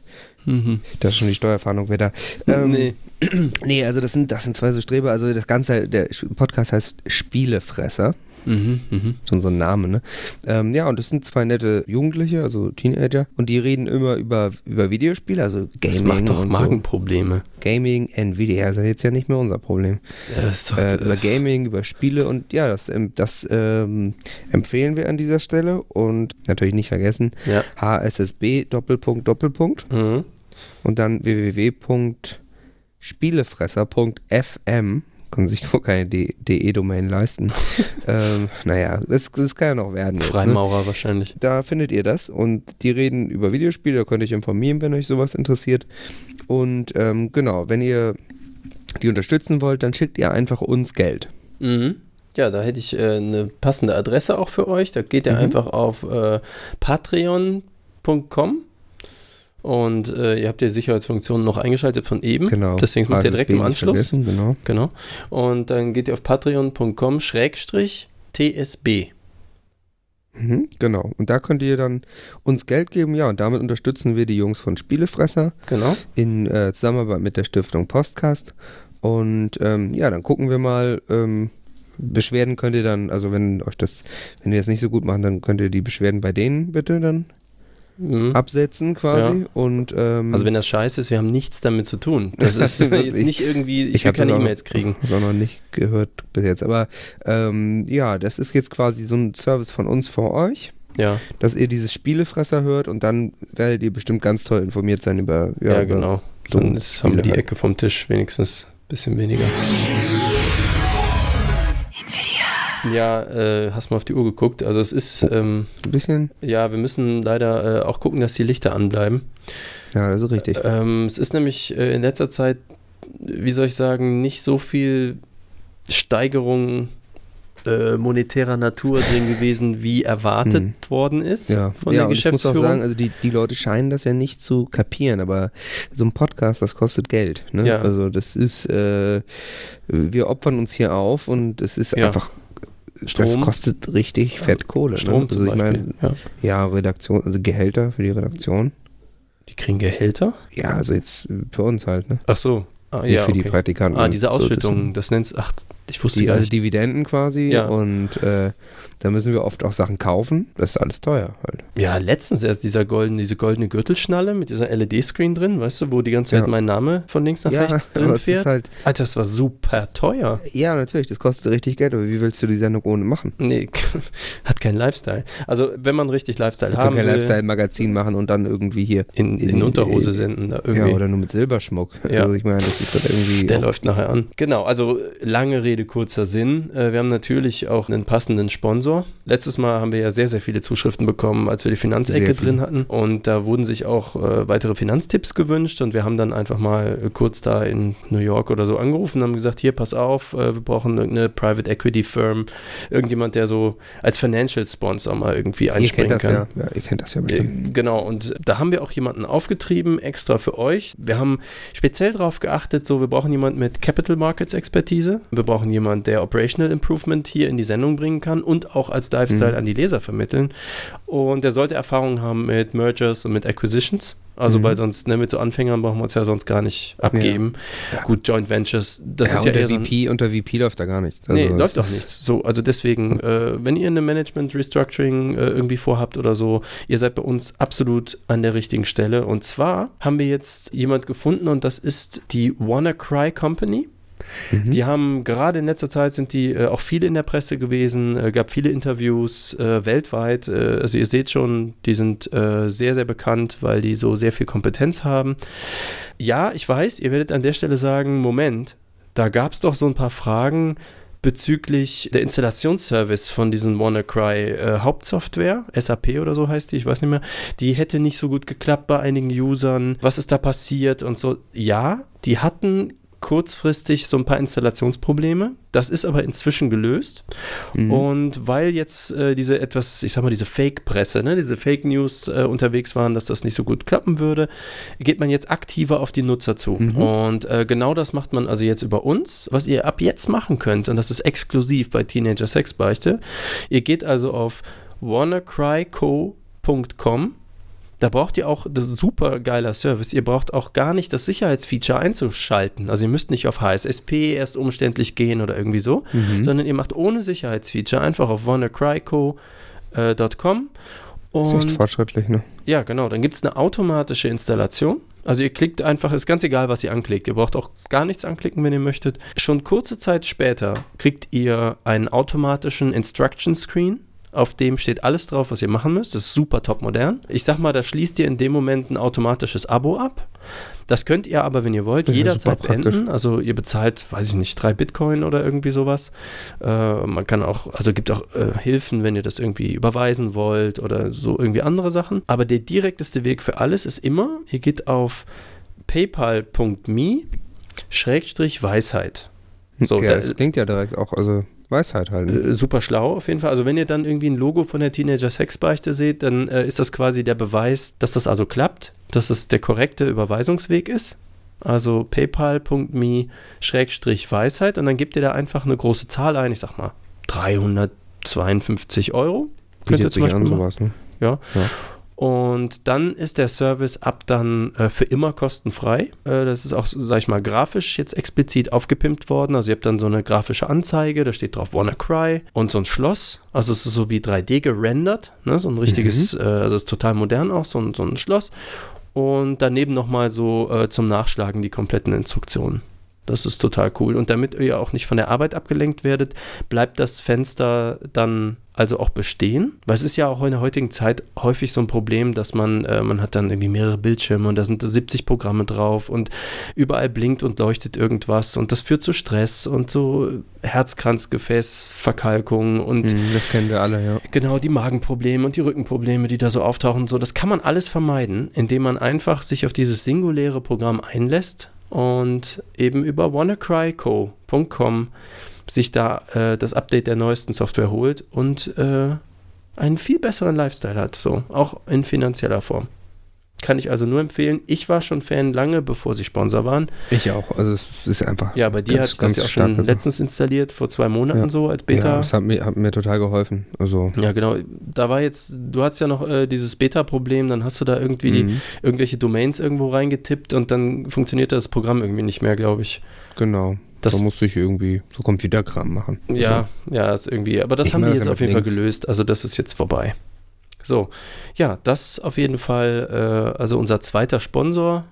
Das ist schon die Steuerfahndung wieder. Mhm. Ähm, nee. Nee, also das sind, das sind zwei so Streber. Also das Ganze, der Podcast heißt Spielefresser. Mhm, mhm. Schon so ein Name, ne? Ähm, ja, und das sind zwei nette Jugendliche, also Teenager. Und die reden immer über, über Videospiele, also Gaming. Das macht doch und Magenprobleme. So. Gaming, Nvidia, das ist jetzt ja nicht mehr unser Problem. Ja, das ist doch, Äh, über Gaming, über Spiele und ja, das, ähm, das ähm, empfehlen wir an dieser Stelle. Und natürlich nicht vergessen, Ja. HSSB, Doppelpunkt, Doppelpunkt. Mhm. und dann www.spielefresser.fm. Können sich wohl keine D- DE-Domain leisten. ähm, naja, das, das kann ja noch werden. Jetzt, ne? Freimaurer wahrscheinlich. Da findet ihr das und die reden über Videospiele, da könnt ihr euch informieren, wenn euch sowas interessiert. Und ähm, genau, wenn ihr die unterstützen wollt, dann schickt ihr einfach uns Geld. Mhm. Ja, da hätte ich äh, eine passende Adresse auch für euch. Da geht ihr Mhm. einfach auf äh, patreon.com und äh, ihr habt ja Sicherheitsfunktionen noch eingeschaltet von eben. Genau. Hm, Deswegen macht ihr direkt HSB im nicht Anschluss. vergessen, Genau. Genau. Und dann geht ihr auf patreon.com schrägstrich TSB. Mhm, genau. Und da könnt ihr dann uns Geld geben, ja, und damit unterstützen wir die Jungs von Spielefresser. Genau. in äh, Zusammenarbeit mit der Stiftung Postcast. Und ähm, ja, dann gucken wir mal. Ähm, Beschwerden könnt ihr dann, also wenn euch das, wenn wir das nicht so gut machen, dann könnt ihr die Beschwerden bei denen bitte dann Mhm. absetzen quasi. Und ähm, Also wenn das scheiße ist, wir haben nichts damit zu tun. Das ist jetzt Ich- nicht irgendwie, ich, ich will hab das keine auch- E-Mails kriegen. Hab ich auch noch nicht gehört bis jetzt. Aber ähm, ja, das ist jetzt quasi so ein Service von uns für euch, Ja, dass ihr dieses Spielefresser hört und dann werdet ihr bestimmt ganz toll informiert sein über ja, über genau. so Dann ist, haben wir die Spiele halt. Ecke vom Tisch wenigstens ein bisschen weniger. Ja, äh, hast mal auf die Uhr geguckt. Also es ist, ähm, Ein bisschen. ja, wir müssen leider äh, auch gucken, dass die Lichter anbleiben. Ja, das ist richtig. Ähm, es ist nämlich äh, in letzter Zeit, wie soll ich sagen, nicht so viel Steigerung äh, monetärer Natur drin gewesen, wie erwartet Hm. worden ist Ja, von ja der und ich muss auch Geschäftsführung. sagen, also die, die Leute scheinen das ja nicht zu kapieren, aber so ein Podcast, das kostet Geld. Ne? Ja. Also das ist, äh, wir opfern uns hier auf und es ist Ja. einfach, das Strom. kostet richtig fett Kohle. Strom ne? zum also ich Beispiel. meine, ja. ja, Redaktion, also Gehälter für die Redaktion. Die kriegen Gehälter? Ja, also jetzt für uns halt, ne? Ach so. Ah, Nicht ja, für die okay. Praktikanten. Ah, diese und so, das Ausschüttungen, sind das nennt's. Ach, ich wusste Die, gar also nicht. Dividenden quasi Ja. und äh, da müssen wir oft auch Sachen kaufen. Das ist alles teuer halt. Ja, letztens erst dieser golden, diese goldene Gürtelschnalle mit dieser LED-Screen drin, weißt du, wo die ganze Zeit Ja. mein Name von links nach ja, rechts aber drin es ist fährt. halt, Alter, das war super teuer. Ja, natürlich, das kostet richtig Geld, aber wie willst du die Sendung ohne machen? Nee, hat keinen Lifestyle. Also, wenn man richtig Lifestyle Wir können haben kein will, Lifestyle-Magazin machen und dann irgendwie hier. in, in, in- Unterhose in- senden, da irgendwie. Ja, oder nur mit Silberschmuck. Ja. Also ich meine, das ist halt irgendwie. Der läuft nachher an. Genau, also äh, lange Rede, kurzer Sinn. Äh, Wir haben natürlich auch einen passenden Sponsor. Letztes Mal haben wir ja sehr, sehr viele Zuschriften bekommen, als wir die Finanzecke Sehr drin viele. hatten. Und da wurden sich auch äh, weitere Finanztipps gewünscht. Und wir haben dann einfach mal äh, kurz da in New York oder so angerufen und haben gesagt, hier, pass auf, äh, wir brauchen irgendeine Private Equity Firm, irgendjemand, der so als Financial Sponsor mal irgendwie ihr einspringen kennt das kann. ja. ja. Ihr kennt das ja Äh, bestimmt. Genau, und da haben wir auch jemanden aufgetrieben, extra für euch. Wir haben speziell darauf geachtet, so wir brauchen jemanden mit Capital Markets Expertise, wir brauchen jemanden, der Operational Improvement hier in die Sendung bringen kann und auch als Lifestyle Mhm. an die Leser vermitteln. Und der sollte Erfahrung haben mit Mergers und mit Acquisitions. Also, Mhm. weil sonst, ne, mit so Anfängern brauchen wir uns ja sonst gar nicht abgeben. Gut, Joint Ventures, das ist ja unter eher so ein, VP, unter VP läuft da gar nichts. Nee, das läuft auch ist- nichts. So, also deswegen, äh, wenn ihr eine Management-Restructuring äh, irgendwie vorhabt oder so, ihr seid bei uns absolut an der richtigen Stelle. Und zwar haben wir jetzt jemand gefunden und das ist die WannaCry Company. Mhm. Die haben gerade in letzter Zeit sind die äh, auch viel in der Presse gewesen, äh, gab viele Interviews äh, weltweit. Äh, also ihr seht schon, die sind äh, sehr, sehr bekannt, weil die so sehr viel Kompetenz haben. Ja, ich weiß, ihr werdet an der Stelle sagen, Moment, da gab es doch so ein paar Fragen bezüglich der Installationsservice von diesen WannaCry äh, Hauptsoftware, SAP oder so heißt die, ich weiß nicht mehr, die hätte nicht so gut geklappt bei einigen Usern. Was ist da passiert und so? Ja, die hatten kurzfristig so ein paar Installationsprobleme. Das ist aber inzwischen gelöst. Mhm. Und weil jetzt äh, diese etwas, ich sag mal, diese Fake-Presse, ne, diese Fake News äh, unterwegs waren, dass das nicht so gut klappen würde, geht man jetzt aktiver auf die Nutzer zu. Mhm. Und äh, genau das macht man also jetzt über uns, was ihr ab jetzt machen könnt, und das ist exklusiv bei Teenager Sex Beichte. Ihr geht also auf wannacryco.com da braucht ihr auch, das ist super geiler Service, ihr braucht auch gar nicht das Sicherheitsfeature einzuschalten. Also ihr müsst nicht auf HSSP erst umständlich gehen oder irgendwie so, Mhm. sondern ihr macht ohne Sicherheitsfeature einfach auf wannacryco.com ist echt und fortschrittlich, ne? ja, genau, dann gibt es eine automatische Installation. Also ihr klickt einfach, ist ganz egal, was ihr anklickt. Ihr braucht auch gar nichts anklicken, wenn ihr möchtet. Schon kurze Zeit später kriegt ihr einen automatischen Instruction Screen. Auf dem steht alles drauf, was ihr machen müsst. Das ist super top modern. Ich sag mal, da schließt ihr in dem Moment ein automatisches Abo ab. Das könnt ihr aber, wenn ihr wollt, Das ist ja jederzeit super praktisch. beenden. Also ihr bezahlt, weiß ich nicht, drei Bitcoin oder irgendwie sowas. Äh, man kann auch, also gibt auch äh, Hilfen, wenn ihr das irgendwie überweisen wollt oder so irgendwie andere Sachen. Aber der direkteste Weg für alles ist immer, ihr geht auf paypal.me Schrägstrich Weisheit. So, ja, da- das klingt ja direkt auch, also Weisheit halt. Ne? Äh, super schlau auf jeden Fall. Also wenn ihr dann irgendwie ein Logo von der Teenager Sexbeichte seht, dann äh, ist das quasi der Beweis, dass das also klappt, dass es der korrekte Überweisungsweg ist. Also paypal.me Schrägstrich Weisheit und dann gebt ihr da einfach eine große Zahl ein, ich sag mal 352 Euro. Könnt ihr Bietet zum sich Beispiel an machen. sowas, ne? Und dann ist der Service ab dann äh, für immer kostenfrei. Äh, das ist auch, sag ich mal, grafisch jetzt explizit aufgepimpt worden. Also ihr habt dann so eine grafische Anzeige, da steht drauf WannaCry und so ein Schloss. Also es ist so wie 3D gerendert, ne? so ein richtiges, äh, also es ist total modern auch, so ein, so ein Schloss. Und daneben nochmal so äh, zum Nachschlagen die kompletten Instruktionen. Das ist total cool. Und damit ihr auch nicht von der Arbeit abgelenkt werdet, bleibt das Fenster dann also auch bestehen? Weil es ist ja auch in der heutigen Zeit häufig so ein Problem, dass man, äh, man hat dann irgendwie mehrere Bildschirme und da sind 70 Programme drauf und überall blinkt und leuchtet irgendwas und das führt zu Stress und zu Herzkranzgefäßverkalkungen und Mhm, das kennen wir alle, ja. genau die Magenprobleme und die Rückenprobleme, die da so auftauchen, und so, das kann man alles vermeiden, indem man einfach sich auf dieses singuläre Programm einlässt und eben über wannacryco.com sich da äh, das Update der neuesten Software holt und äh, einen viel besseren Lifestyle hat, so auch in finanzieller Form. Kann ich also nur empfehlen. Ich war schon Fan lange, bevor sie Sponsor waren. Ich auch. Also es ist einfach. Ja, bei dir Ganz, hat das ganz ja auch schon starke Sache. letztens installiert, vor zwei Monaten Ja. so als Beta. Ja, das hat mir, hat mir total geholfen. Also. Ja, genau. Da war jetzt, du hattest ja noch äh, dieses Beta-Problem, dann hast du da irgendwie die, mhm, irgendwelche Domains irgendwo reingetippt und dann funktioniert das Programm irgendwie nicht mehr, glaube ich. Genau. Das, da musste ich irgendwie so Computerkram machen. Also, ja, ja, ist irgendwie, aber das Ich haben die mach das jetzt ja auf mit jeden Fall links. gelöst, also das ist jetzt vorbei. So, ja, das auf jeden Fall, äh, also unser zweiter Sponsor.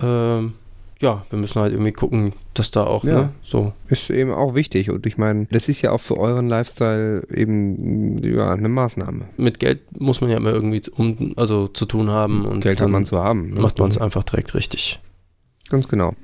Ähm, ja, wir müssen halt irgendwie gucken, dass da auch, Ja. ne, so. Ist eben auch wichtig. Und ich meine, das ist ja auch für euren Lifestyle eben ja, eine Maßnahme. Mit Geld muss man ja immer irgendwie zu- um, also zu tun haben und Geld hat dann man zu haben. ne? macht man es einfach direkt richtig. Ganz genau.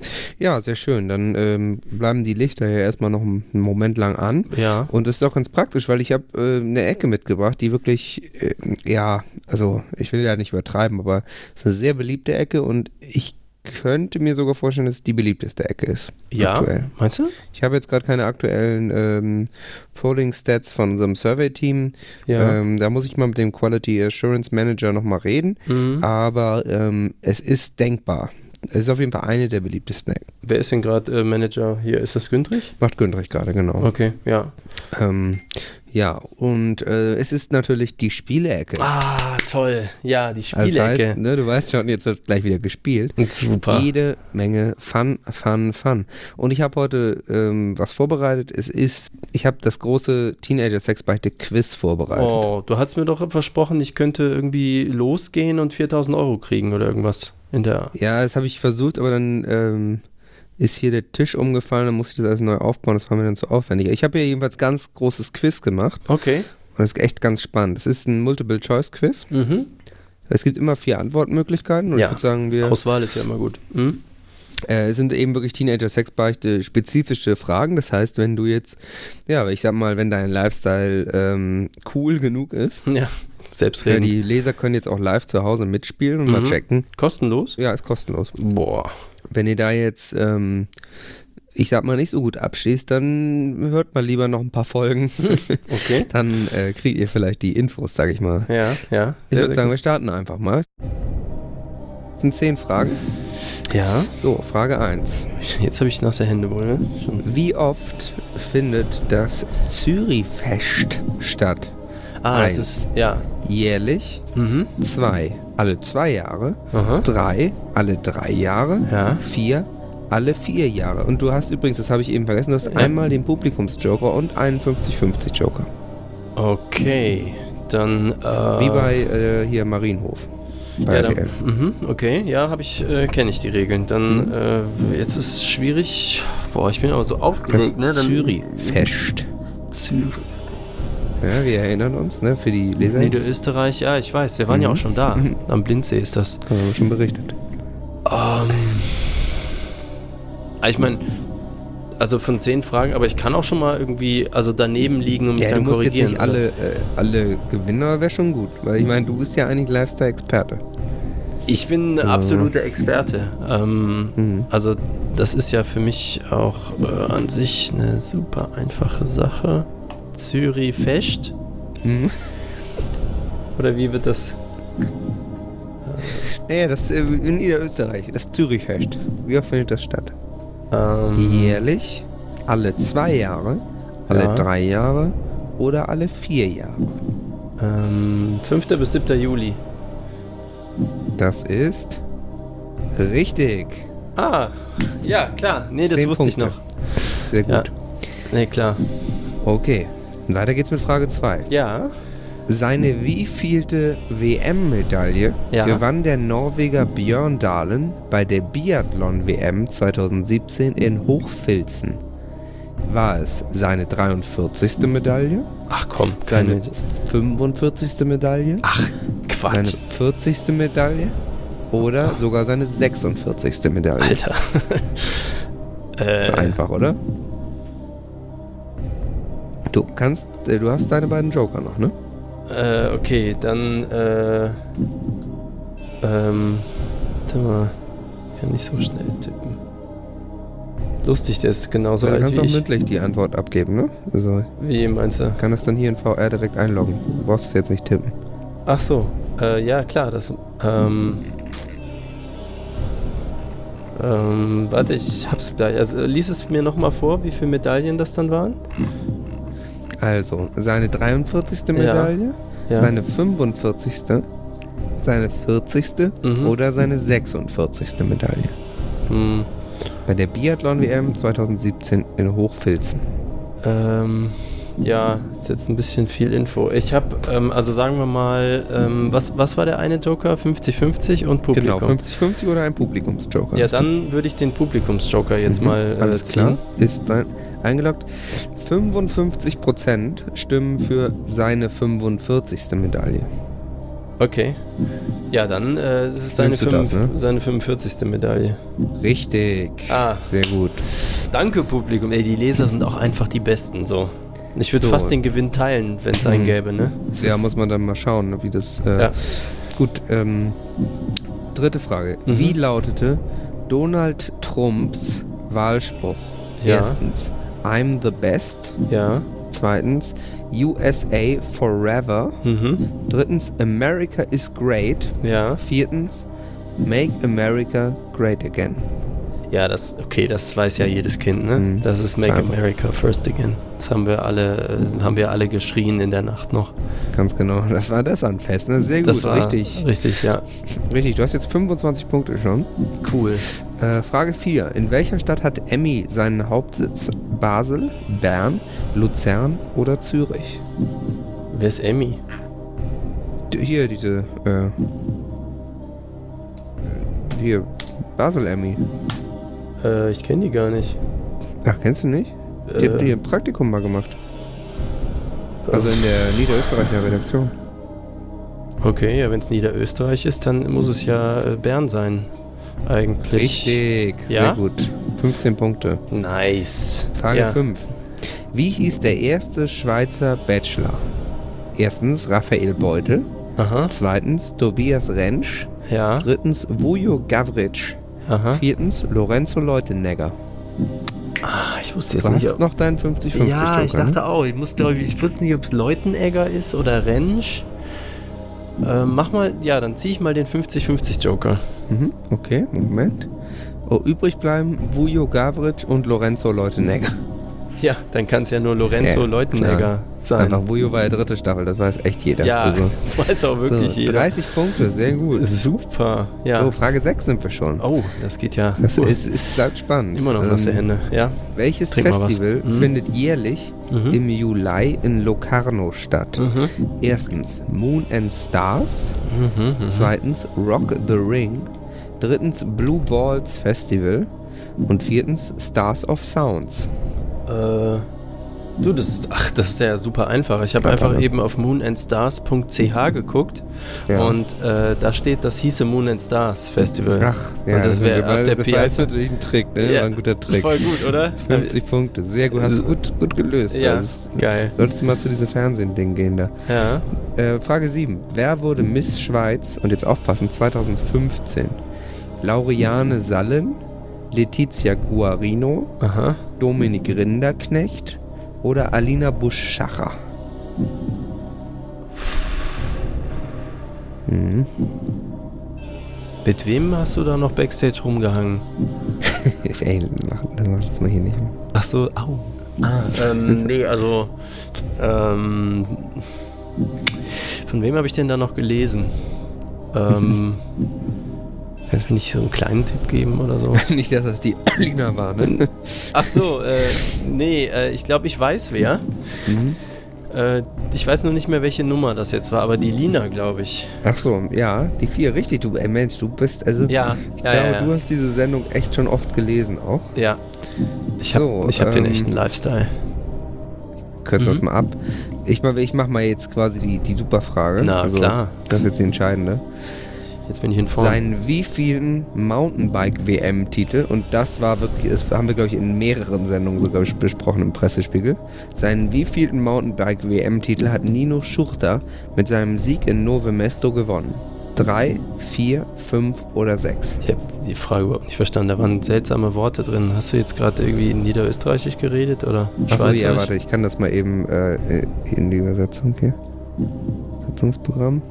Ja, sehr schön. Dann ähm, bleiben die Lichter ja erstmal noch einen Moment lang an. Ja. Und das ist auch ganz praktisch, weil ich habe äh, eine Ecke mitgebracht, die wirklich, äh, ja, also ich will ja nicht übertreiben, aber es ist eine sehr beliebte Ecke und ich könnte mir sogar vorstellen, dass es die beliebteste Ecke ist. Ja. Aktuell. Meinst du? Ich habe jetzt gerade keine aktuellen ähm, Polling-Stats von unserem Survey-Team. Ähm, da muss ich mal mit dem Quality Assurance Manager nochmal reden. Mhm. Aber ähm, es ist denkbar. Es ist auf jeden Fall eine der beliebtesten Ecken. Wer ist denn gerade äh, Manager hier? Ist das Güntrich? Macht Güntrich gerade, genau. Okay, ja. Ähm, ja, und äh, es ist natürlich die Spielecke. Ah, toll. Ja, die Also das heißt, Spielecke. ne, du weißt schon, jetzt wird gleich wieder gespielt. ne, Super. Jede Menge Fun, Fun, Fun. Und ich habe heute ähm, was vorbereitet. Es ist, ich habe das große Teenager-Sex-Beichte-Quiz vorbereitet. Oh, du hast mir doch versprochen, ich könnte irgendwie losgehen und 4000 Euro kriegen oder irgendwas in der. Ja, das habe ich versucht, aber dann ähm, ist hier der Tisch umgefallen, dann musste ich das alles neu aufbauen, das war mir dann zu aufwendig. Ich habe hier jedenfalls ganz großes Quiz gemacht Okay. und das ist echt ganz spannend. Es ist ein Multiple-Choice-Quiz. Mhm. Es gibt immer vier Antwortmöglichkeiten und Ja. ich würde sagen, wir Auswahl ist ja immer gut. Mhm. äh, es sind eben wirklich Teenager-Sexbeichte spezifische Fragen. Das heißt, wenn du jetzt, ja, ich sag mal, wenn dein Lifestyle ähm, cool genug ist, Ja, ja, selbstredend. die Leser können jetzt auch live zu Hause mitspielen und mal Mhm. checken. Kostenlos? Ja, ist kostenlos. Boah. Wenn ihr da jetzt, ähm, ich sag mal, nicht so gut abschließt, dann hört mal lieber noch ein paar Folgen. Okay. dann äh, kriegt ihr vielleicht die Infos, sag ich mal. Ja, ja. Ich würde Sehr, sagen, wir starten einfach mal. Das sind zehn Fragen. sehr- Ja, So, Frage 1. jetzt habe ich nasse Hände wohl, ne? Schon. Wie oft findet das Zürichfest statt? Ah, Eins. das ist, ja. Jährlich? Mhm. Zwei. Alle zwei Jahre? Aha. Drei? Alle drei Jahre? Ja. Vier? Alle vier Jahre. Und du hast übrigens, das habe ich eben vergessen, du hast einmal den Publikumsjoker und einen 50-50-Joker. Okay, dann. Äh, Wie bei äh, hier Marienhof. Bei ja, RTL. dann, mhm, okay, ja, habe ich, äh, kenne ich die Regeln. Dann, Mhm. äh, jetzt ist es schwierig. Boah, ich bin aber so Das aufgeregt, ne? Dann, Zürichfest. Zürich. Ja, wir erinnern uns, ne, für die Leser. jetzt. Niederösterreich, ja, ich weiß. Wir waren Mhm. ja auch schon da. Am Blindsee ist das. Haben wir schon berichtet. Um Ähm, ah, ich meine, also von zehn Fragen, aber ich kann auch schon mal irgendwie, also daneben liegen und mich Ja, du dann musst jetzt korrigieren. nicht alle, äh, alle Gewinner, wäre schon gut. Weil ich meine, du bist ja eigentlich Lifestyle-Experte. Ich bin ein absoluter Experte. Ähm, Also das ist ja für mich auch äh, an sich eine super einfache Sache. Zürifest? Mhm. Oder wie wird das? Naja, das äh, in Niederösterreich, das Zürichfest. Wie oft findet das statt? Ähm, Jährlich, alle zwei Jahre, alle Ja. drei Jahre oder alle vier Jahre. ähm, 5. bis 7. Juli. Das ist richtig. Ah, ja, klar. Nee, das Zehn wusste ich Punkte. noch. Sehr Ja. gut. Nee, klar. Okay. Weiter geht's mit Frage 2. Ja. Seine wievielte WM-Medaille Ja. gewann der Norweger Björn Dahlen bei der Biathlon-WM 2017 in Hochfilzen? War es seine 43. Medaille, Ach komm, seine keine. 45. Medaille, Ach, seine Quatsch. 40. Medaille oder sogar seine 46. Medaille? Alter. Ist äh, einfach, oder? Du kannst, äh, du hast deine beiden Joker noch, ne? Äh, okay, dann, äh. Ähm. Warte mal. Kann nicht so schnell tippen. Lustig, der ist So, genauso du alt kannst wie auch ich. mündlich die Antwort abgeben, ne? Also, Wie meinst du? kann das dann hier in VR direkt einloggen. Du brauchst es jetzt nicht tippen. Ach so. Äh, ja, klar, das. Ähm. Ähm, warte, ich hab's gleich. Also, äh, lies es mir nochmal vor, wie viele Medaillen das dann waren? Also, seine 43. Medaille, Ja. seine 45. Seine 40. Mhm. oder seine 46. Medaille. Hm, Bei der Mhm. Biathlon-WM 2017 in Hochfilzen. Ähm, ja, ist jetzt ein bisschen viel Info. Ich habe, ähm, also sagen wir mal, ähm, was, was war der eine Joker? 50-50 und Publikum. Genau, 50-50 oder ein Publikumsjoker. ja, Hast du. dann würde ich den Publikumsjoker jetzt Mhm, mal äh, Alles ziehen. klar, ist dein, eingeloggt. 55% stimmen für seine 45. Medaille. Okay. Ja, dann äh, es ist es seine, Nimmst du das, fünf- ne? seine 45. Medaille. Richtig. Ah. Sehr gut. Danke, Publikum. Ey, die Leser sind auch einfach die Besten, so. Ich würde So. fast den Gewinn teilen, wenn es einen Mhm. gäbe, ne? Es Ja, ist- muss man dann mal schauen, ne, wie das. Äh, Ja. Gut, ähm, dritte Frage. Mhm. Wie lautete Donald Trumps Wahlspruch? Ja. Erstens, I'm the best. Ja. Zweitens, USA forever. Mhm. Drittens, America is great. Ja. Viertens, Make America great again. Ja, das, okay, das weiß ja jedes Kind, ne? Mhm. Das ist Make Klar. America First Again. Das haben wir alle, äh, haben wir alle geschrien in der Nacht noch. Ganz genau. Das war, das war ein Fest, ne? Sehr gut, Das war also richtig. Richtig, ja. Richtig, du hast jetzt 25 Punkte schon. Cool. Äh, Frage 4. In welcher Stadt hat Emmy seinen Hauptsitz? Basel, Bern, Luzern oder Zürich? Wer ist Emmy? D hier diese... Äh, äh, hier, Basel Emmy. Äh, ich kenne die gar nicht. Ach, kennst du nicht? Die haben Äh. die ein Praktikum mal gemacht. Also in der Niederösterreicher Redaktion. Okay, ja, wenn es Niederösterreich ist, dann muss es ja äh, Bern sein. Eigentlich. Richtig, Ja? sehr gut. 15 Punkte. Nice. Frage ja. 5. Wie hieß der erste Schweizer Bachelor? Erstens Raphael Beutel, Aha. zweitens Tobias Rentsch, Ja. drittens Vujo Gavritsch, Aha. viertens Lorenzo Leutenegger. Ah, ich wusste Du hast noch deinen 50-50 Ja, ich Joker, ne? dachte auch. Ich muss, glaube ich, ich wusste nicht, ob es Leutenegger ist oder Rentsch. Äh, mach mal, ja, dann ziehe ich mal den 50-50 Joker. Mhm, okay, Moment. Oh, übrig bleiben Vujo Gavritsch und Lorenzo Leutenegger. Ja, dann kann es ja nur Lorenzo Ja, Leutenegger klar. sein. Einfach Vujo war ja dritte Staffel, das weiß echt jeder. Ja, Also, das weiß auch wirklich so, jeder. 30 Punkte, sehr gut. Super, ja. So, Frage 6 sind wir schon. Oh, das geht ja Das uh, ist, es bleibt spannend. immer noch Ähm, nasse Hände. Ja, Welches Trink mal was. Festival Mhm. findet jährlich Mhm. im Juli in Locarno statt? Mhm. Erstens Moon and Stars, mhm, zweitens Rock the Ring, drittens Blue Balls Festival und viertens Stars of Sounds. Äh, du, das ist, ach, das ist ja super einfach. Ich habe Ja, einfach danke. eben auf moonandstars.ch geguckt Ja. und äh, da steht, das hieße Moon and Stars Festival. Ach, ja, und das sind wir wäre auf beide- der das war jetzt Piazza. natürlich ein Trick, ne? War ein guter Trick. Voll gut, oder? 50 Punkte, sehr gut, hast du gut, gut gelöst. Ja, Das ist- geil. Solltest du mal zu diesem Fernsehen-Ding gehen da. Ja. Äh, Frage 7. Wer wurde Miss Schweiz, und jetzt aufpassen, 2015? Laureane Sallen, Letizia Guarino, Aha. Dominik Rinderknecht oder Alina Busch-Schacher? Hm. Mit wem hast du da noch Backstage rumgehangen? Ich, ey, mach, das mach ich jetzt mal hier nicht. Ach so, au. Ah, ähm, nee, also. Ähm, von wem habe ich denn da noch gelesen? Ähm, kannst du mir nicht so einen kleinen Tipp geben oder so? Nicht, dass das die Alina war, ne? Ach so, äh, nee, äh, ich glaube, ich weiß wer. Mhm. Äh, ich weiß nur nicht mehr, welche Nummer das jetzt war, aber die Lina, glaube ich. Ach so, ja, die vier, richtig. Du, ey Mensch, du bist, also, Ja, ich ja, glaube, ja, ja. du hast diese Sendung echt schon oft gelesen auch. Ja. Ich habe So, ich hab den ähm, echten Lifestyle. Kürzen das Mhm. mal ab. Ich, mach- ich mache mal jetzt quasi die, die Superfrage. Also, Na, klar. Das ist jetzt die entscheidende. Jetzt bin ich in Form. Seinen wievielten Mountainbike-WM-Titel, und das war wirklich, das haben wir, glaube ich, in mehreren Sendungen sogar bes- besprochen im Pressespiegel. Seinen wievielten Mountainbike-WM-Titel hat Nino Schuchter mit seinem Sieg in Nove Mesto gewonnen? Drei, vier, fünf oder sechs? Ich habe die Frage überhaupt nicht verstanden. Da waren seltsame Worte drin. Hast du jetzt gerade irgendwie niederösterreichisch geredet oder Achso, schweizerisch? ja, warte, ich kann das mal eben äh, in die Übersetzung hier. Übersetzungsprogramm.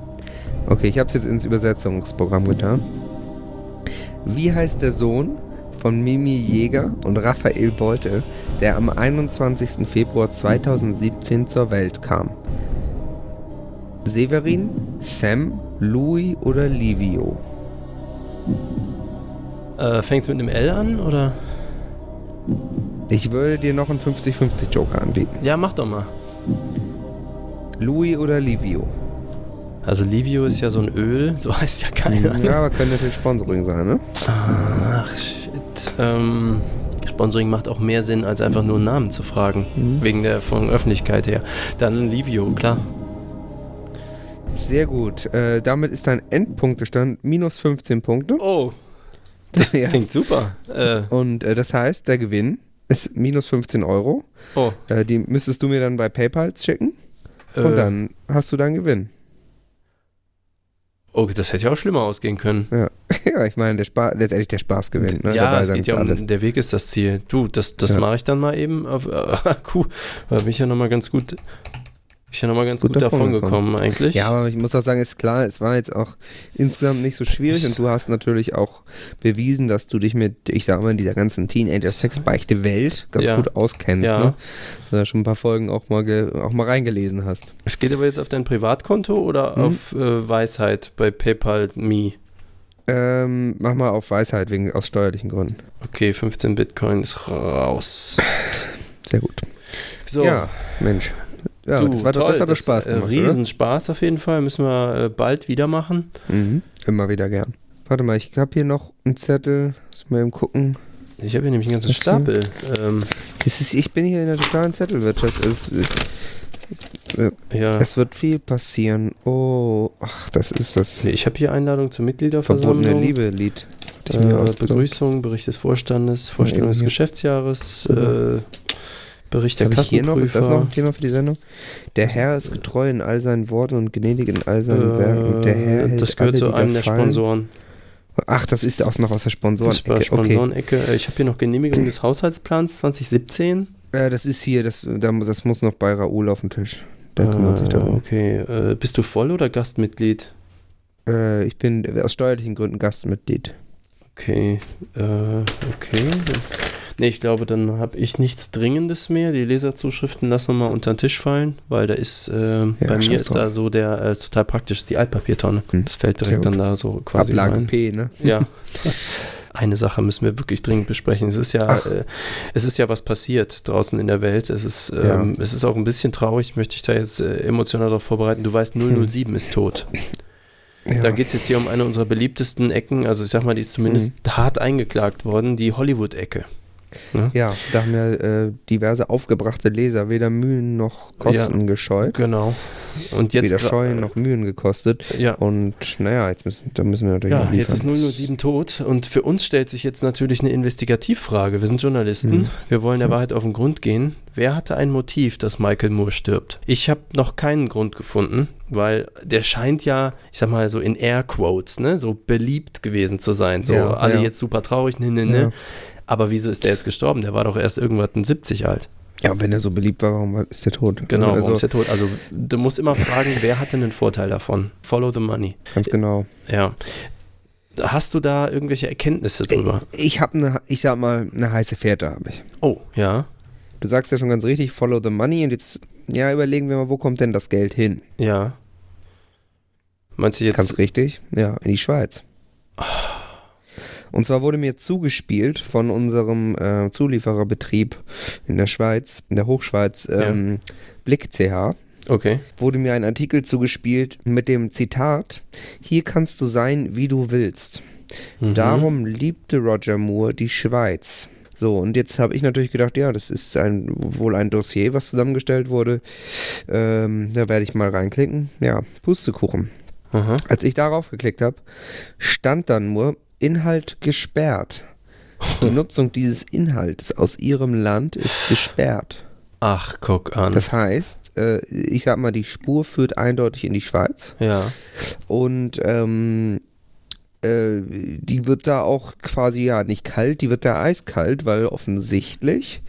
Okay, ich habe es jetzt ins Übersetzungsprogramm getan. Wie heißt der Sohn von Mimi Jäger und Raphael Beutel, der am 21. Februar 2017 zur Welt kam? Severin, Sam, Louis oder Livio? Äh, fängt's mit einem L an oder? Ich würde dir noch einen 50-50 Joker anbieten. Ja, mach doch mal. Louis oder Livio? Also Livio ist ja so ein Öl, so heißt ja keiner. Ja, aber könnte natürlich Sponsoring sein, ne? Ach shit. Ähm, Sponsoring macht auch mehr Sinn, als einfach nur einen Namen zu fragen. Mhm. Wegen der von Öffentlichkeit her. Dann Livio, klar. Sehr gut. Äh, damit ist dein Endpunktestand minus 15 Punkte. Oh, das Ja. klingt super. Äh, Und äh, das heißt, der Gewinn ist minus 15 Euro. oh, Äh, die müsstest du mir dann bei PayPal schicken. äh, Und dann hast du deinen Gewinn. oh, das hätte ja auch schlimmer ausgehen können. Ja, ja ich meine, der Spaß, letztendlich der Spaß gewinnt. Ne? Ja, Dabei es sein ist geht ja um, alles. der Weg ist das Ziel. Du, das, das Ja. mache ich dann mal eben. Auf, äh, cool. Da bin ich ja nochmal ganz gut, bin ich ja noch mal ganz gut, Gut davon davon gekommen eigentlich. Ja, aber ich muss auch sagen, ist klar, es war jetzt auch insgesamt nicht so schwierig und du hast natürlich auch bewiesen, dass du dich mit, ich sag mal, dieser ganzen Teenager-Sex-Beichte-Welt ganz Ja. gut auskennst, Ja. ne? Dass du da schon ein paar Folgen auch mal, ge auch mal reingelesen hast. Es geht aber jetzt auf dein Privatkonto Hm. oder auf äh, Weisheit bei PayPal Me. Ähm, mach mal auf Weisheit wegen aus steuerlichen Gründen. Okay, 15 Bitcoin ist raus. Sehr gut. So. Ja, Mensch. Ja, du, das, war, toll, das hat doch Spaß gemacht. Äh, Riesenspaß auf jeden Fall. Müssen wir äh, bald wieder machen. Oder? Mhm. Immer wieder gern. Warte mal, ich habe hier noch einen Zettel. Muss mal eben gucken. Ich habe hier nämlich einen ganzen Was Stapel. Ähm, Das ist, ich bin hier in der totalen Zettelwirtschaft. Es, äh, ja. es wird viel passieren. Oh, ach, das ist das Nee, Ich habe hier Einladung zur Mitgliederversammlung. verbotene Liebe-Lied. hatte ich mir Äh, ausgedacht. Begrüßung, Bericht des Vorstandes, Vorstellung Ja, des ja. Geschäftsjahres, äh, Bericht der Habe ich hier noch? Ist das noch Kassenprüfer. ein Thema für die Sendung? Der Herr ist getreu in all seinen Worten und gnädig in all seinen Werken. Der Herr Äh, hält das gehört alle, zu die da einem der fallen. Sponsoren. Ach, das ist auch noch aus der Das war Sponsorenecke. Okay. Sponsorenecke. Äh, Ich habe hier noch Genehmigung des Haushaltsplans 2017. Äh, das ist hier, das, da muss- das muss noch bei Raoul auf dem Tisch. Der kümmert sich Äh, darum. Okay, äh, bist du Voll- oder Gastmitglied? Ah. Äh, ich bin aus steuerlichen Gründen Gastmitglied. Okay, äh, okay. Nee, ich glaube, dann habe ich nichts Dringendes mehr. Die Leserzuschriften lassen wir mal unter den Tisch fallen, weil da ist, äh, bei scheiß mir ist drauf. da so der, äh, ist total praktisch, ist die Altpapiertonne. Hm, Das fällt direkt sehr dann da so quasi Ablage rein. P, ne? Ja. Eine Sache müssen wir wirklich dringend besprechen. Es ist ja, Ach. äh, es ist ja was passiert draußen in der Welt. Es ist, ähm, es ist auch ein bisschen traurig, möchte ich da jetzt äh, emotional darauf vorbereiten. Du Hm. weißt, 007 ist tot. Ja. Da geht es jetzt hier um eine unserer beliebtesten Ecken. Also ich sag mal, die ist zumindest Mhm. hart eingeklagt worden, die Hollywood-Ecke. ja, da haben ja äh, diverse aufgebrachte Leser weder Mühen noch Kosten gescheut. Genau. Und jetzt weder gra- Scheuen noch Mühen gekostet. ja. Und naja, jetzt müssen, da müssen wir natürlich Ja, noch jetzt ist Oh, liefern. 007 tot und für uns stellt sich jetzt natürlich eine Investigativfrage. Wir sind Journalisten, Mhm. wir wollen der Ja. Wahrheit auf den Grund gehen. Wer hatte ein Motiv, dass Michael Moore stirbt? Ich habe noch keinen Grund gefunden, weil der scheint ja, ich sag mal so in Airquotes, ne, so beliebt gewesen zu sein. So Ja, alle ja. jetzt super traurig, ne, ne, ne. Ja. Aber wieso ist der jetzt gestorben? Der war doch erst irgendwas in 70 alt. Ja, und wenn er so beliebt war, warum war- ist der tot? Genau, also, warum ist der tot? Also du musst immer fragen, wer hatte einen Vorteil davon? Follow the money. Ganz genau. Ja. Hast du da irgendwelche Erkenntnisse drüber? Ich habe ne, eine, ich sag mal, eine heiße Fährte habe ich. Oh, ja, Du sagst ja schon ganz richtig, follow the money und jetzt, ja, überlegen wir mal, wo kommt denn das Geld hin? ja. Meinst du jetzt? Ganz richtig, ja, in die Schweiz. Und zwar wurde mir zugespielt von unserem äh, Zuliefererbetrieb in der Schweiz, in der Hochschweiz, ähm, Blick CH, okay. wurde mir ein Artikel zugespielt mit dem Zitat, hier kannst du sein, wie du willst. Mhm. Darum liebte Roger Moore die Schweiz. So, und jetzt habe ich natürlich gedacht, ja, das ist ein, wohl ein Dossier, was zusammengestellt wurde. Ähm, da werde ich mal reinklicken. Ja, Pustekuchen. Aha. Als ich darauf geklickt habe, stand dann nur Inhalt gesperrt. Die Nutzung dieses Inhalts aus ihrem Land ist gesperrt. Ach, guck an. Das heißt, äh, ich sag mal, die Spur führt eindeutig in die Schweiz. ja. Und ähm, äh, die wird da auch quasi ja nicht kalt, die wird da eiskalt, weil offensichtlich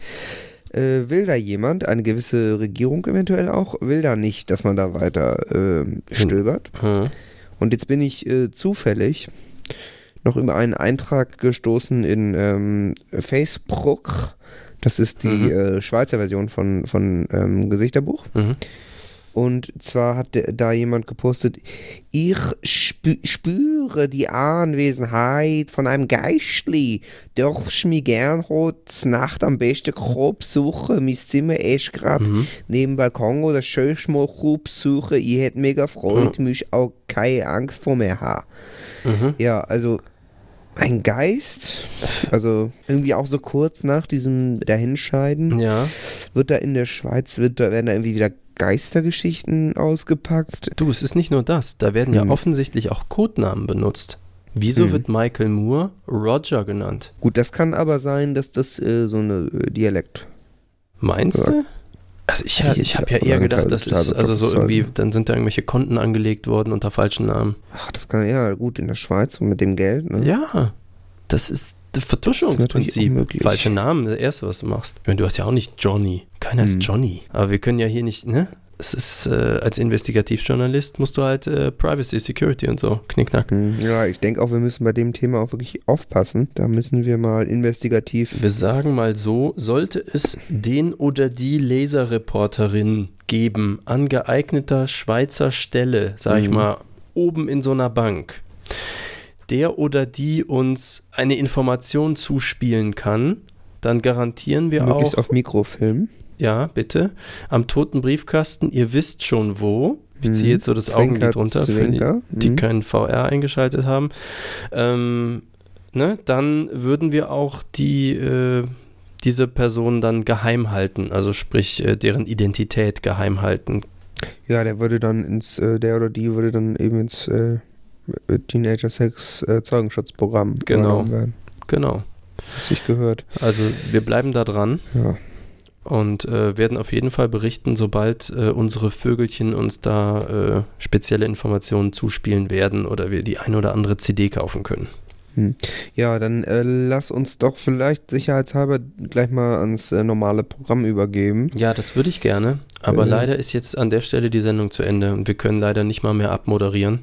äh, will da jemand, eine gewisse Regierung eventuell auch, will da nicht, dass man da weiter ähm, stöbert. Mhm. Und jetzt bin ich äh, zufällig noch über einen Eintrag gestoßen in ähm, Facebook. Das ist die Mhm. äh, Schweizer Version von, von ähm, Gesichterbuch. Mhm. Und zwar hat de- da jemand gepostet, ich spü spüre die Anwesenheit von einem Geistli. Dürfst mich gern heute Nacht am besten grob suchen. Mein Zimmer ist gerade neben dem Balkon oder schönst mal grob suchen. Ich hätte mega Freude, mich auch keine Angst vor mir haben. Mhm. Ja, also ein Geist, also irgendwie auch so kurz nach diesem Dahinscheiden Ja. wird da in der Schweiz, wird da, werden da irgendwie wieder Geistergeschichten ausgepackt. Du, es ist nicht nur das. Da werden ja Mhm. offensichtlich auch Codenamen benutzt. Wieso Mhm. wird Michael Moore Roger genannt? Gut, das kann aber sein, dass das äh, so eine äh, Dialekt. Meinst Ja. du? Also ich, Hätte ich ich jetzt habe ja auch eher lange gedacht, Zeit das gedacht, ist also das so ist irgendwie, halt- dann sind da irgendwelche Konten angelegt worden unter falschen Namen. Ach, das kann ja gut in der Schweiz und mit dem Geld. Ne? Ja, das ist Das das ist natürlich Vertuschungsprinzip. unmöglich. Falscher Name, das erste, was du machst. Ich meine, du hast ja auch nicht Johnny. Keiner Hm. ist Johnny. Aber wir können ja hier nicht, ne? Es ist, äh, als Investigativjournalist musst du halt äh, Privacy, Security und so. Knickknack. Hm, Ja, ich denke auch, wir müssen bei dem Thema auch wirklich aufpassen. Da müssen wir mal investigativ. Wir sagen mal so, sollte es den oder die Leserreporterin geben, an geeigneter Schweizer Stelle, sag ich Mhm. mal, oben in so einer Bank, der oder die uns eine Information zuspielen kann, dann garantieren wir auch, Möglichst auf Mikrofilm. ja, bitte, am toten Briefkasten, ihr wisst schon wo, ich ziehe Mhm. jetzt so das Zwinker, hm. Augenlid runter für die, Zwinker. die Mhm. keinen VR eingeschaltet haben. Ähm, ne, dann würden wir auch die, äh, diese Person dann geheim halten, also sprich äh, deren Identität geheim halten. Ja, der würde dann ins, äh, der oder die würde dann eben ins äh, Teenager Sex äh, Zeugenschutzprogramm Genau. übernommen werden. Genau. Hab ich gehört. Also wir bleiben da dran Ja. und äh, werden auf jeden Fall berichten, sobald äh, unsere Vögelchen uns da äh, spezielle Informationen zuspielen werden oder wir die ein oder andere CD kaufen können. Ja, dann äh, lass uns doch vielleicht sicherheitshalber gleich mal ans äh, normale Programm übergeben. Ja, das würde ich gerne, aber Äh. leider ist jetzt an der Stelle die Sendung zu Ende und wir können leider nicht mal mehr abmoderieren.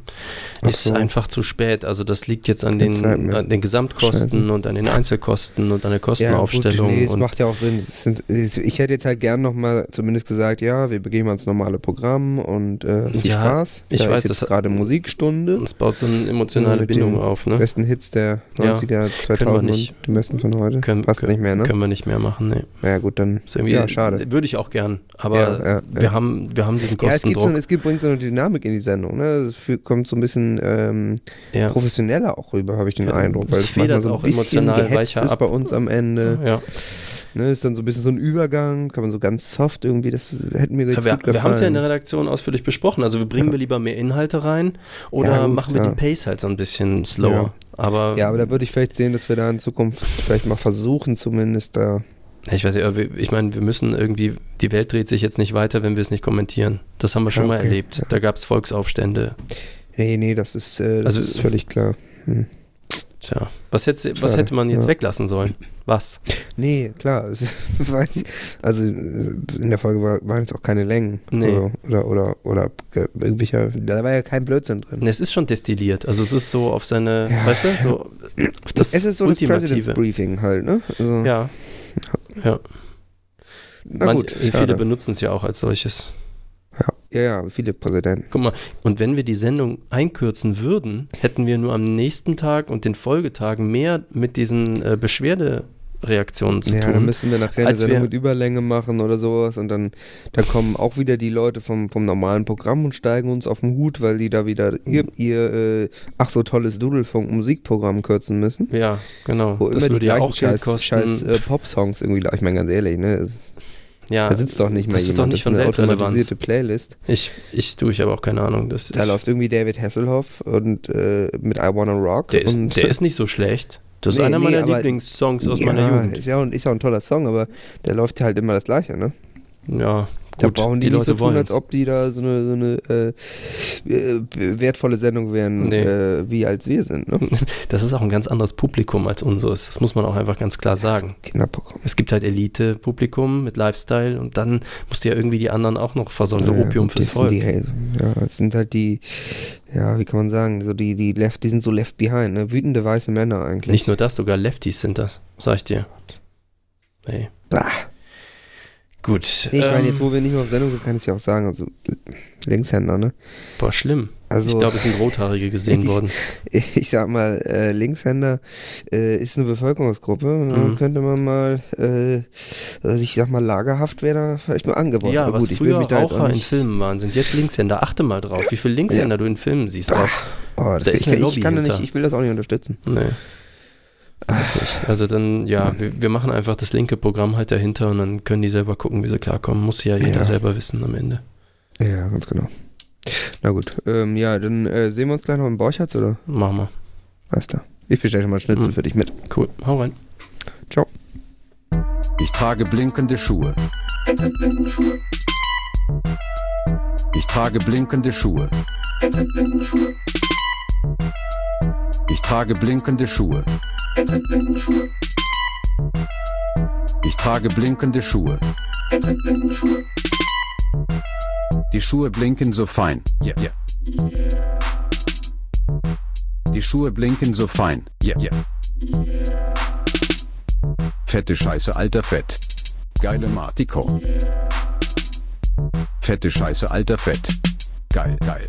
Ach Ist so. einfach zu spät, also das liegt jetzt an Keine Zeit den, mehr. an den Gesamtkosten Scheiße. und an den Einzelkosten und an der Ja, gut, Kostenaufstellung. nee, es und macht ja auch Sinn. Es sind, es- ich hätte jetzt halt gern nochmal zumindest gesagt, ja, wir begeben ans normale Programm und äh, viel Ja, Spaß. ich da weiß, ist das- jetzt gerade Musikstunde. uns baut so eine emotionale Mit dem- Bindung auf, ne? besten Hits der Ja, 90er, können wir 2000 nicht. und die besten von heute. Können- Passt können- nicht mehr, ne? Können wir nicht mehr machen, ne? Naja, gut, dann. Ist irgendwie- Ja, schade. Würde ich auch gern, aber Ja, ja, wir ja. haben wir haben diesen Ja, es, gibt so, Kostendruck. es gibt, bringt so eine Dynamik in die Sendung. Ne? Es fühl- kommt so ein bisschen ähm, Ja, professioneller auch rüber, habe ich den Ja, Eindruck. Weil es es manchmal federt so ein auch bisschen emotional gehetzt weicher ist ab. bei uns am Ende. ja. Ne? Ist dann so ein bisschen so ein Übergang, kann man so ganz soft irgendwie, das hätten mir jetzt Ja, wir gut gefallen. wir haben es ja in der Redaktion ausführlich besprochen. Also wir bringen wir lieber mehr Inhalte rein oder Ja, gut, machen wir klar. den Pace halt so ein bisschen slower. Aber ja, aber da würde ich vielleicht sehen, dass wir da in Zukunft vielleicht mal versuchen, zumindest da. Ja, ich weiß nicht, aber wir- ich meine, wir müssen irgendwie, die Welt dreht sich jetzt nicht weiter, wenn wir es nicht kommentieren. Das haben wir schon Ja, mal okay, erlebt. ja. Da gab es Volksaufstände. Nee, nee, das ist, äh, das Also- ist völlig klar. Hm. Tja, was, jetzt, was Schade, hätte man jetzt ja. weglassen sollen? Was? Nee, klar. es weiß ich- also äh, in der Folge war, waren jetzt auch keine Längen. Nee. Also, oder, oder, oder ge- irgendwelcher. Da war ja kein Blödsinn drin. Ne, Es ist schon destilliert. Also es ist so auf seine, Ja. weißt du, so auf das es ist so das Ultimative. President's Briefing halt, ne? Also, ja, na manche- gut. viele schade. benutzen es ja auch als solches. ja, ja, viele Präsidenten. Und wenn wir die Sendung einkürzen würden, hätten wir nur am nächsten Tag und den Folgetagen mehr mit diesen äh, Beschwerdereaktionen zu Ja, dann tun. müssen wir nachher eine als Sendung wir- mit Überlänge machen oder sowas und dann, dann kommen auch wieder die Leute vom, vom normalen Programm und steigen uns auf den Hut, weil die da wieder ihr, ihr äh, ach so tolles Dudelfunk-Musikprogramm kürzen müssen. Ja, genau. Wo das immer würde die ja gleichen auch Geld scheiß, kosten. scheiß äh, Pop-Songs irgendwie, la- ich meine ganz ehrlich, ne? Es, ja, Da sitzt doch nicht mal das ist doch jemand. nicht von das ist eine Weltrelevanz. automatisierte Playlist. Ich, ich, du, ich habe auch keine Ahnung. Das Da ist, läuft irgendwie David Hasselhoff und äh, mit I Wanna Rock. der, ist, und der ist nicht so schlecht. Das ist Nee, einer nee, meiner aber- Lieblingssongs aus ja, meiner Jugend. Ist ja, auch ein, ist ja auch ein toller Song, aber der läuft ja halt immer das Gleiche, ne? Ja, Da gut, brauchen die, nicht Leute so tun, als wollen's. ob die da so eine, so eine äh, äh, wertvolle Sendung wären, Nee. äh, wie als wir sind, ne? Das ist auch ein ganz anderes Publikum als unseres. Das muss man auch einfach ganz klar sagen. Kinderprogramm. Es gibt halt Elite-Publikum mit Lifestyle und dann musst du ja irgendwie die anderen auch noch versorgen. So Ja, Opium das fürs sind Volk. Die, ja, es sind halt die, ja, wie kann man sagen, so die, die left, die sind so left behind, ne? Wütende weiße Männer eigentlich. Nicht nur das, sogar Lefties sind das, sag ich dir. Ey. Bah. Gut. Nee, ich meine, jetzt ähm, wo wir nicht mehr auf Sendung sind, kann ich ja auch sagen, also äh, Linkshänder, ne? boah, schlimm. Also ich glaube, es sind Rothaarige gesehen Ich- worden. ich sag mal, äh, Linkshänder äh, ist eine Bevölkerungsgruppe. Mhm. Äh, könnte man mal, äh, also ich sag mal, lagerhaft wäre da vielleicht mal angebracht. Ja, Aber was gut, ich will früher mich da jetzt auch Raucher in nicht, Filmen waren, sind jetzt Linkshänder. Achte mal drauf, wie viele Linkshänder du in Filmen siehst. Bah. Auch. oh, das da ist ich, eine ich, Lobby kann da nicht, hinter. ich will das auch nicht unterstützen. Nee. Weiß nicht. Also dann, ja, wir, wir machen einfach das linke Programm halt dahinter und dann können die selber gucken, wie sie klarkommen. Muss ja jeder Ja. selber wissen am Ende. Ja, ganz genau. Na gut, ähm, ja, dann äh, sehen wir uns gleich noch im Borchards, oder? Machen wir. Alles klar. Ich bestelle schon mal einen Schnitzel Mhm. für dich mit. Cool. Hau rein. Ich trage blinkende Schuhe. Ich trage blinkende Schuhe. Ich trage blinkende Schuhe. Ich trage blinkende Schuhe. Die Schuhe blinken so fein. Yeah, yeah. Die Schuhe blinken so fein. Yeah, yeah. Fette Scheiße, alter Fett. Geile Martiko. Fette Scheiße, alter Fett. Geil, geil.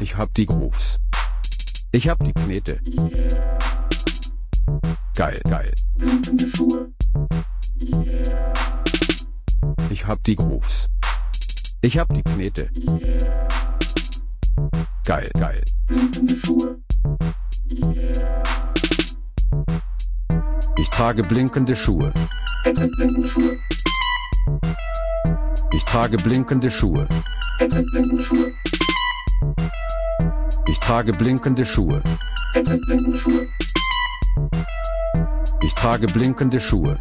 Ich hab die Grooves. Ich hab die Knete. Geil, geil. Ich hab die Grooves. Ich hab die Knete. Geil, geil. Ich trage blinkende Schuhe. Ich trage blinkende Schuhe. Ich trage blinkende Schuhe. Ich trage blinkende Schuhe.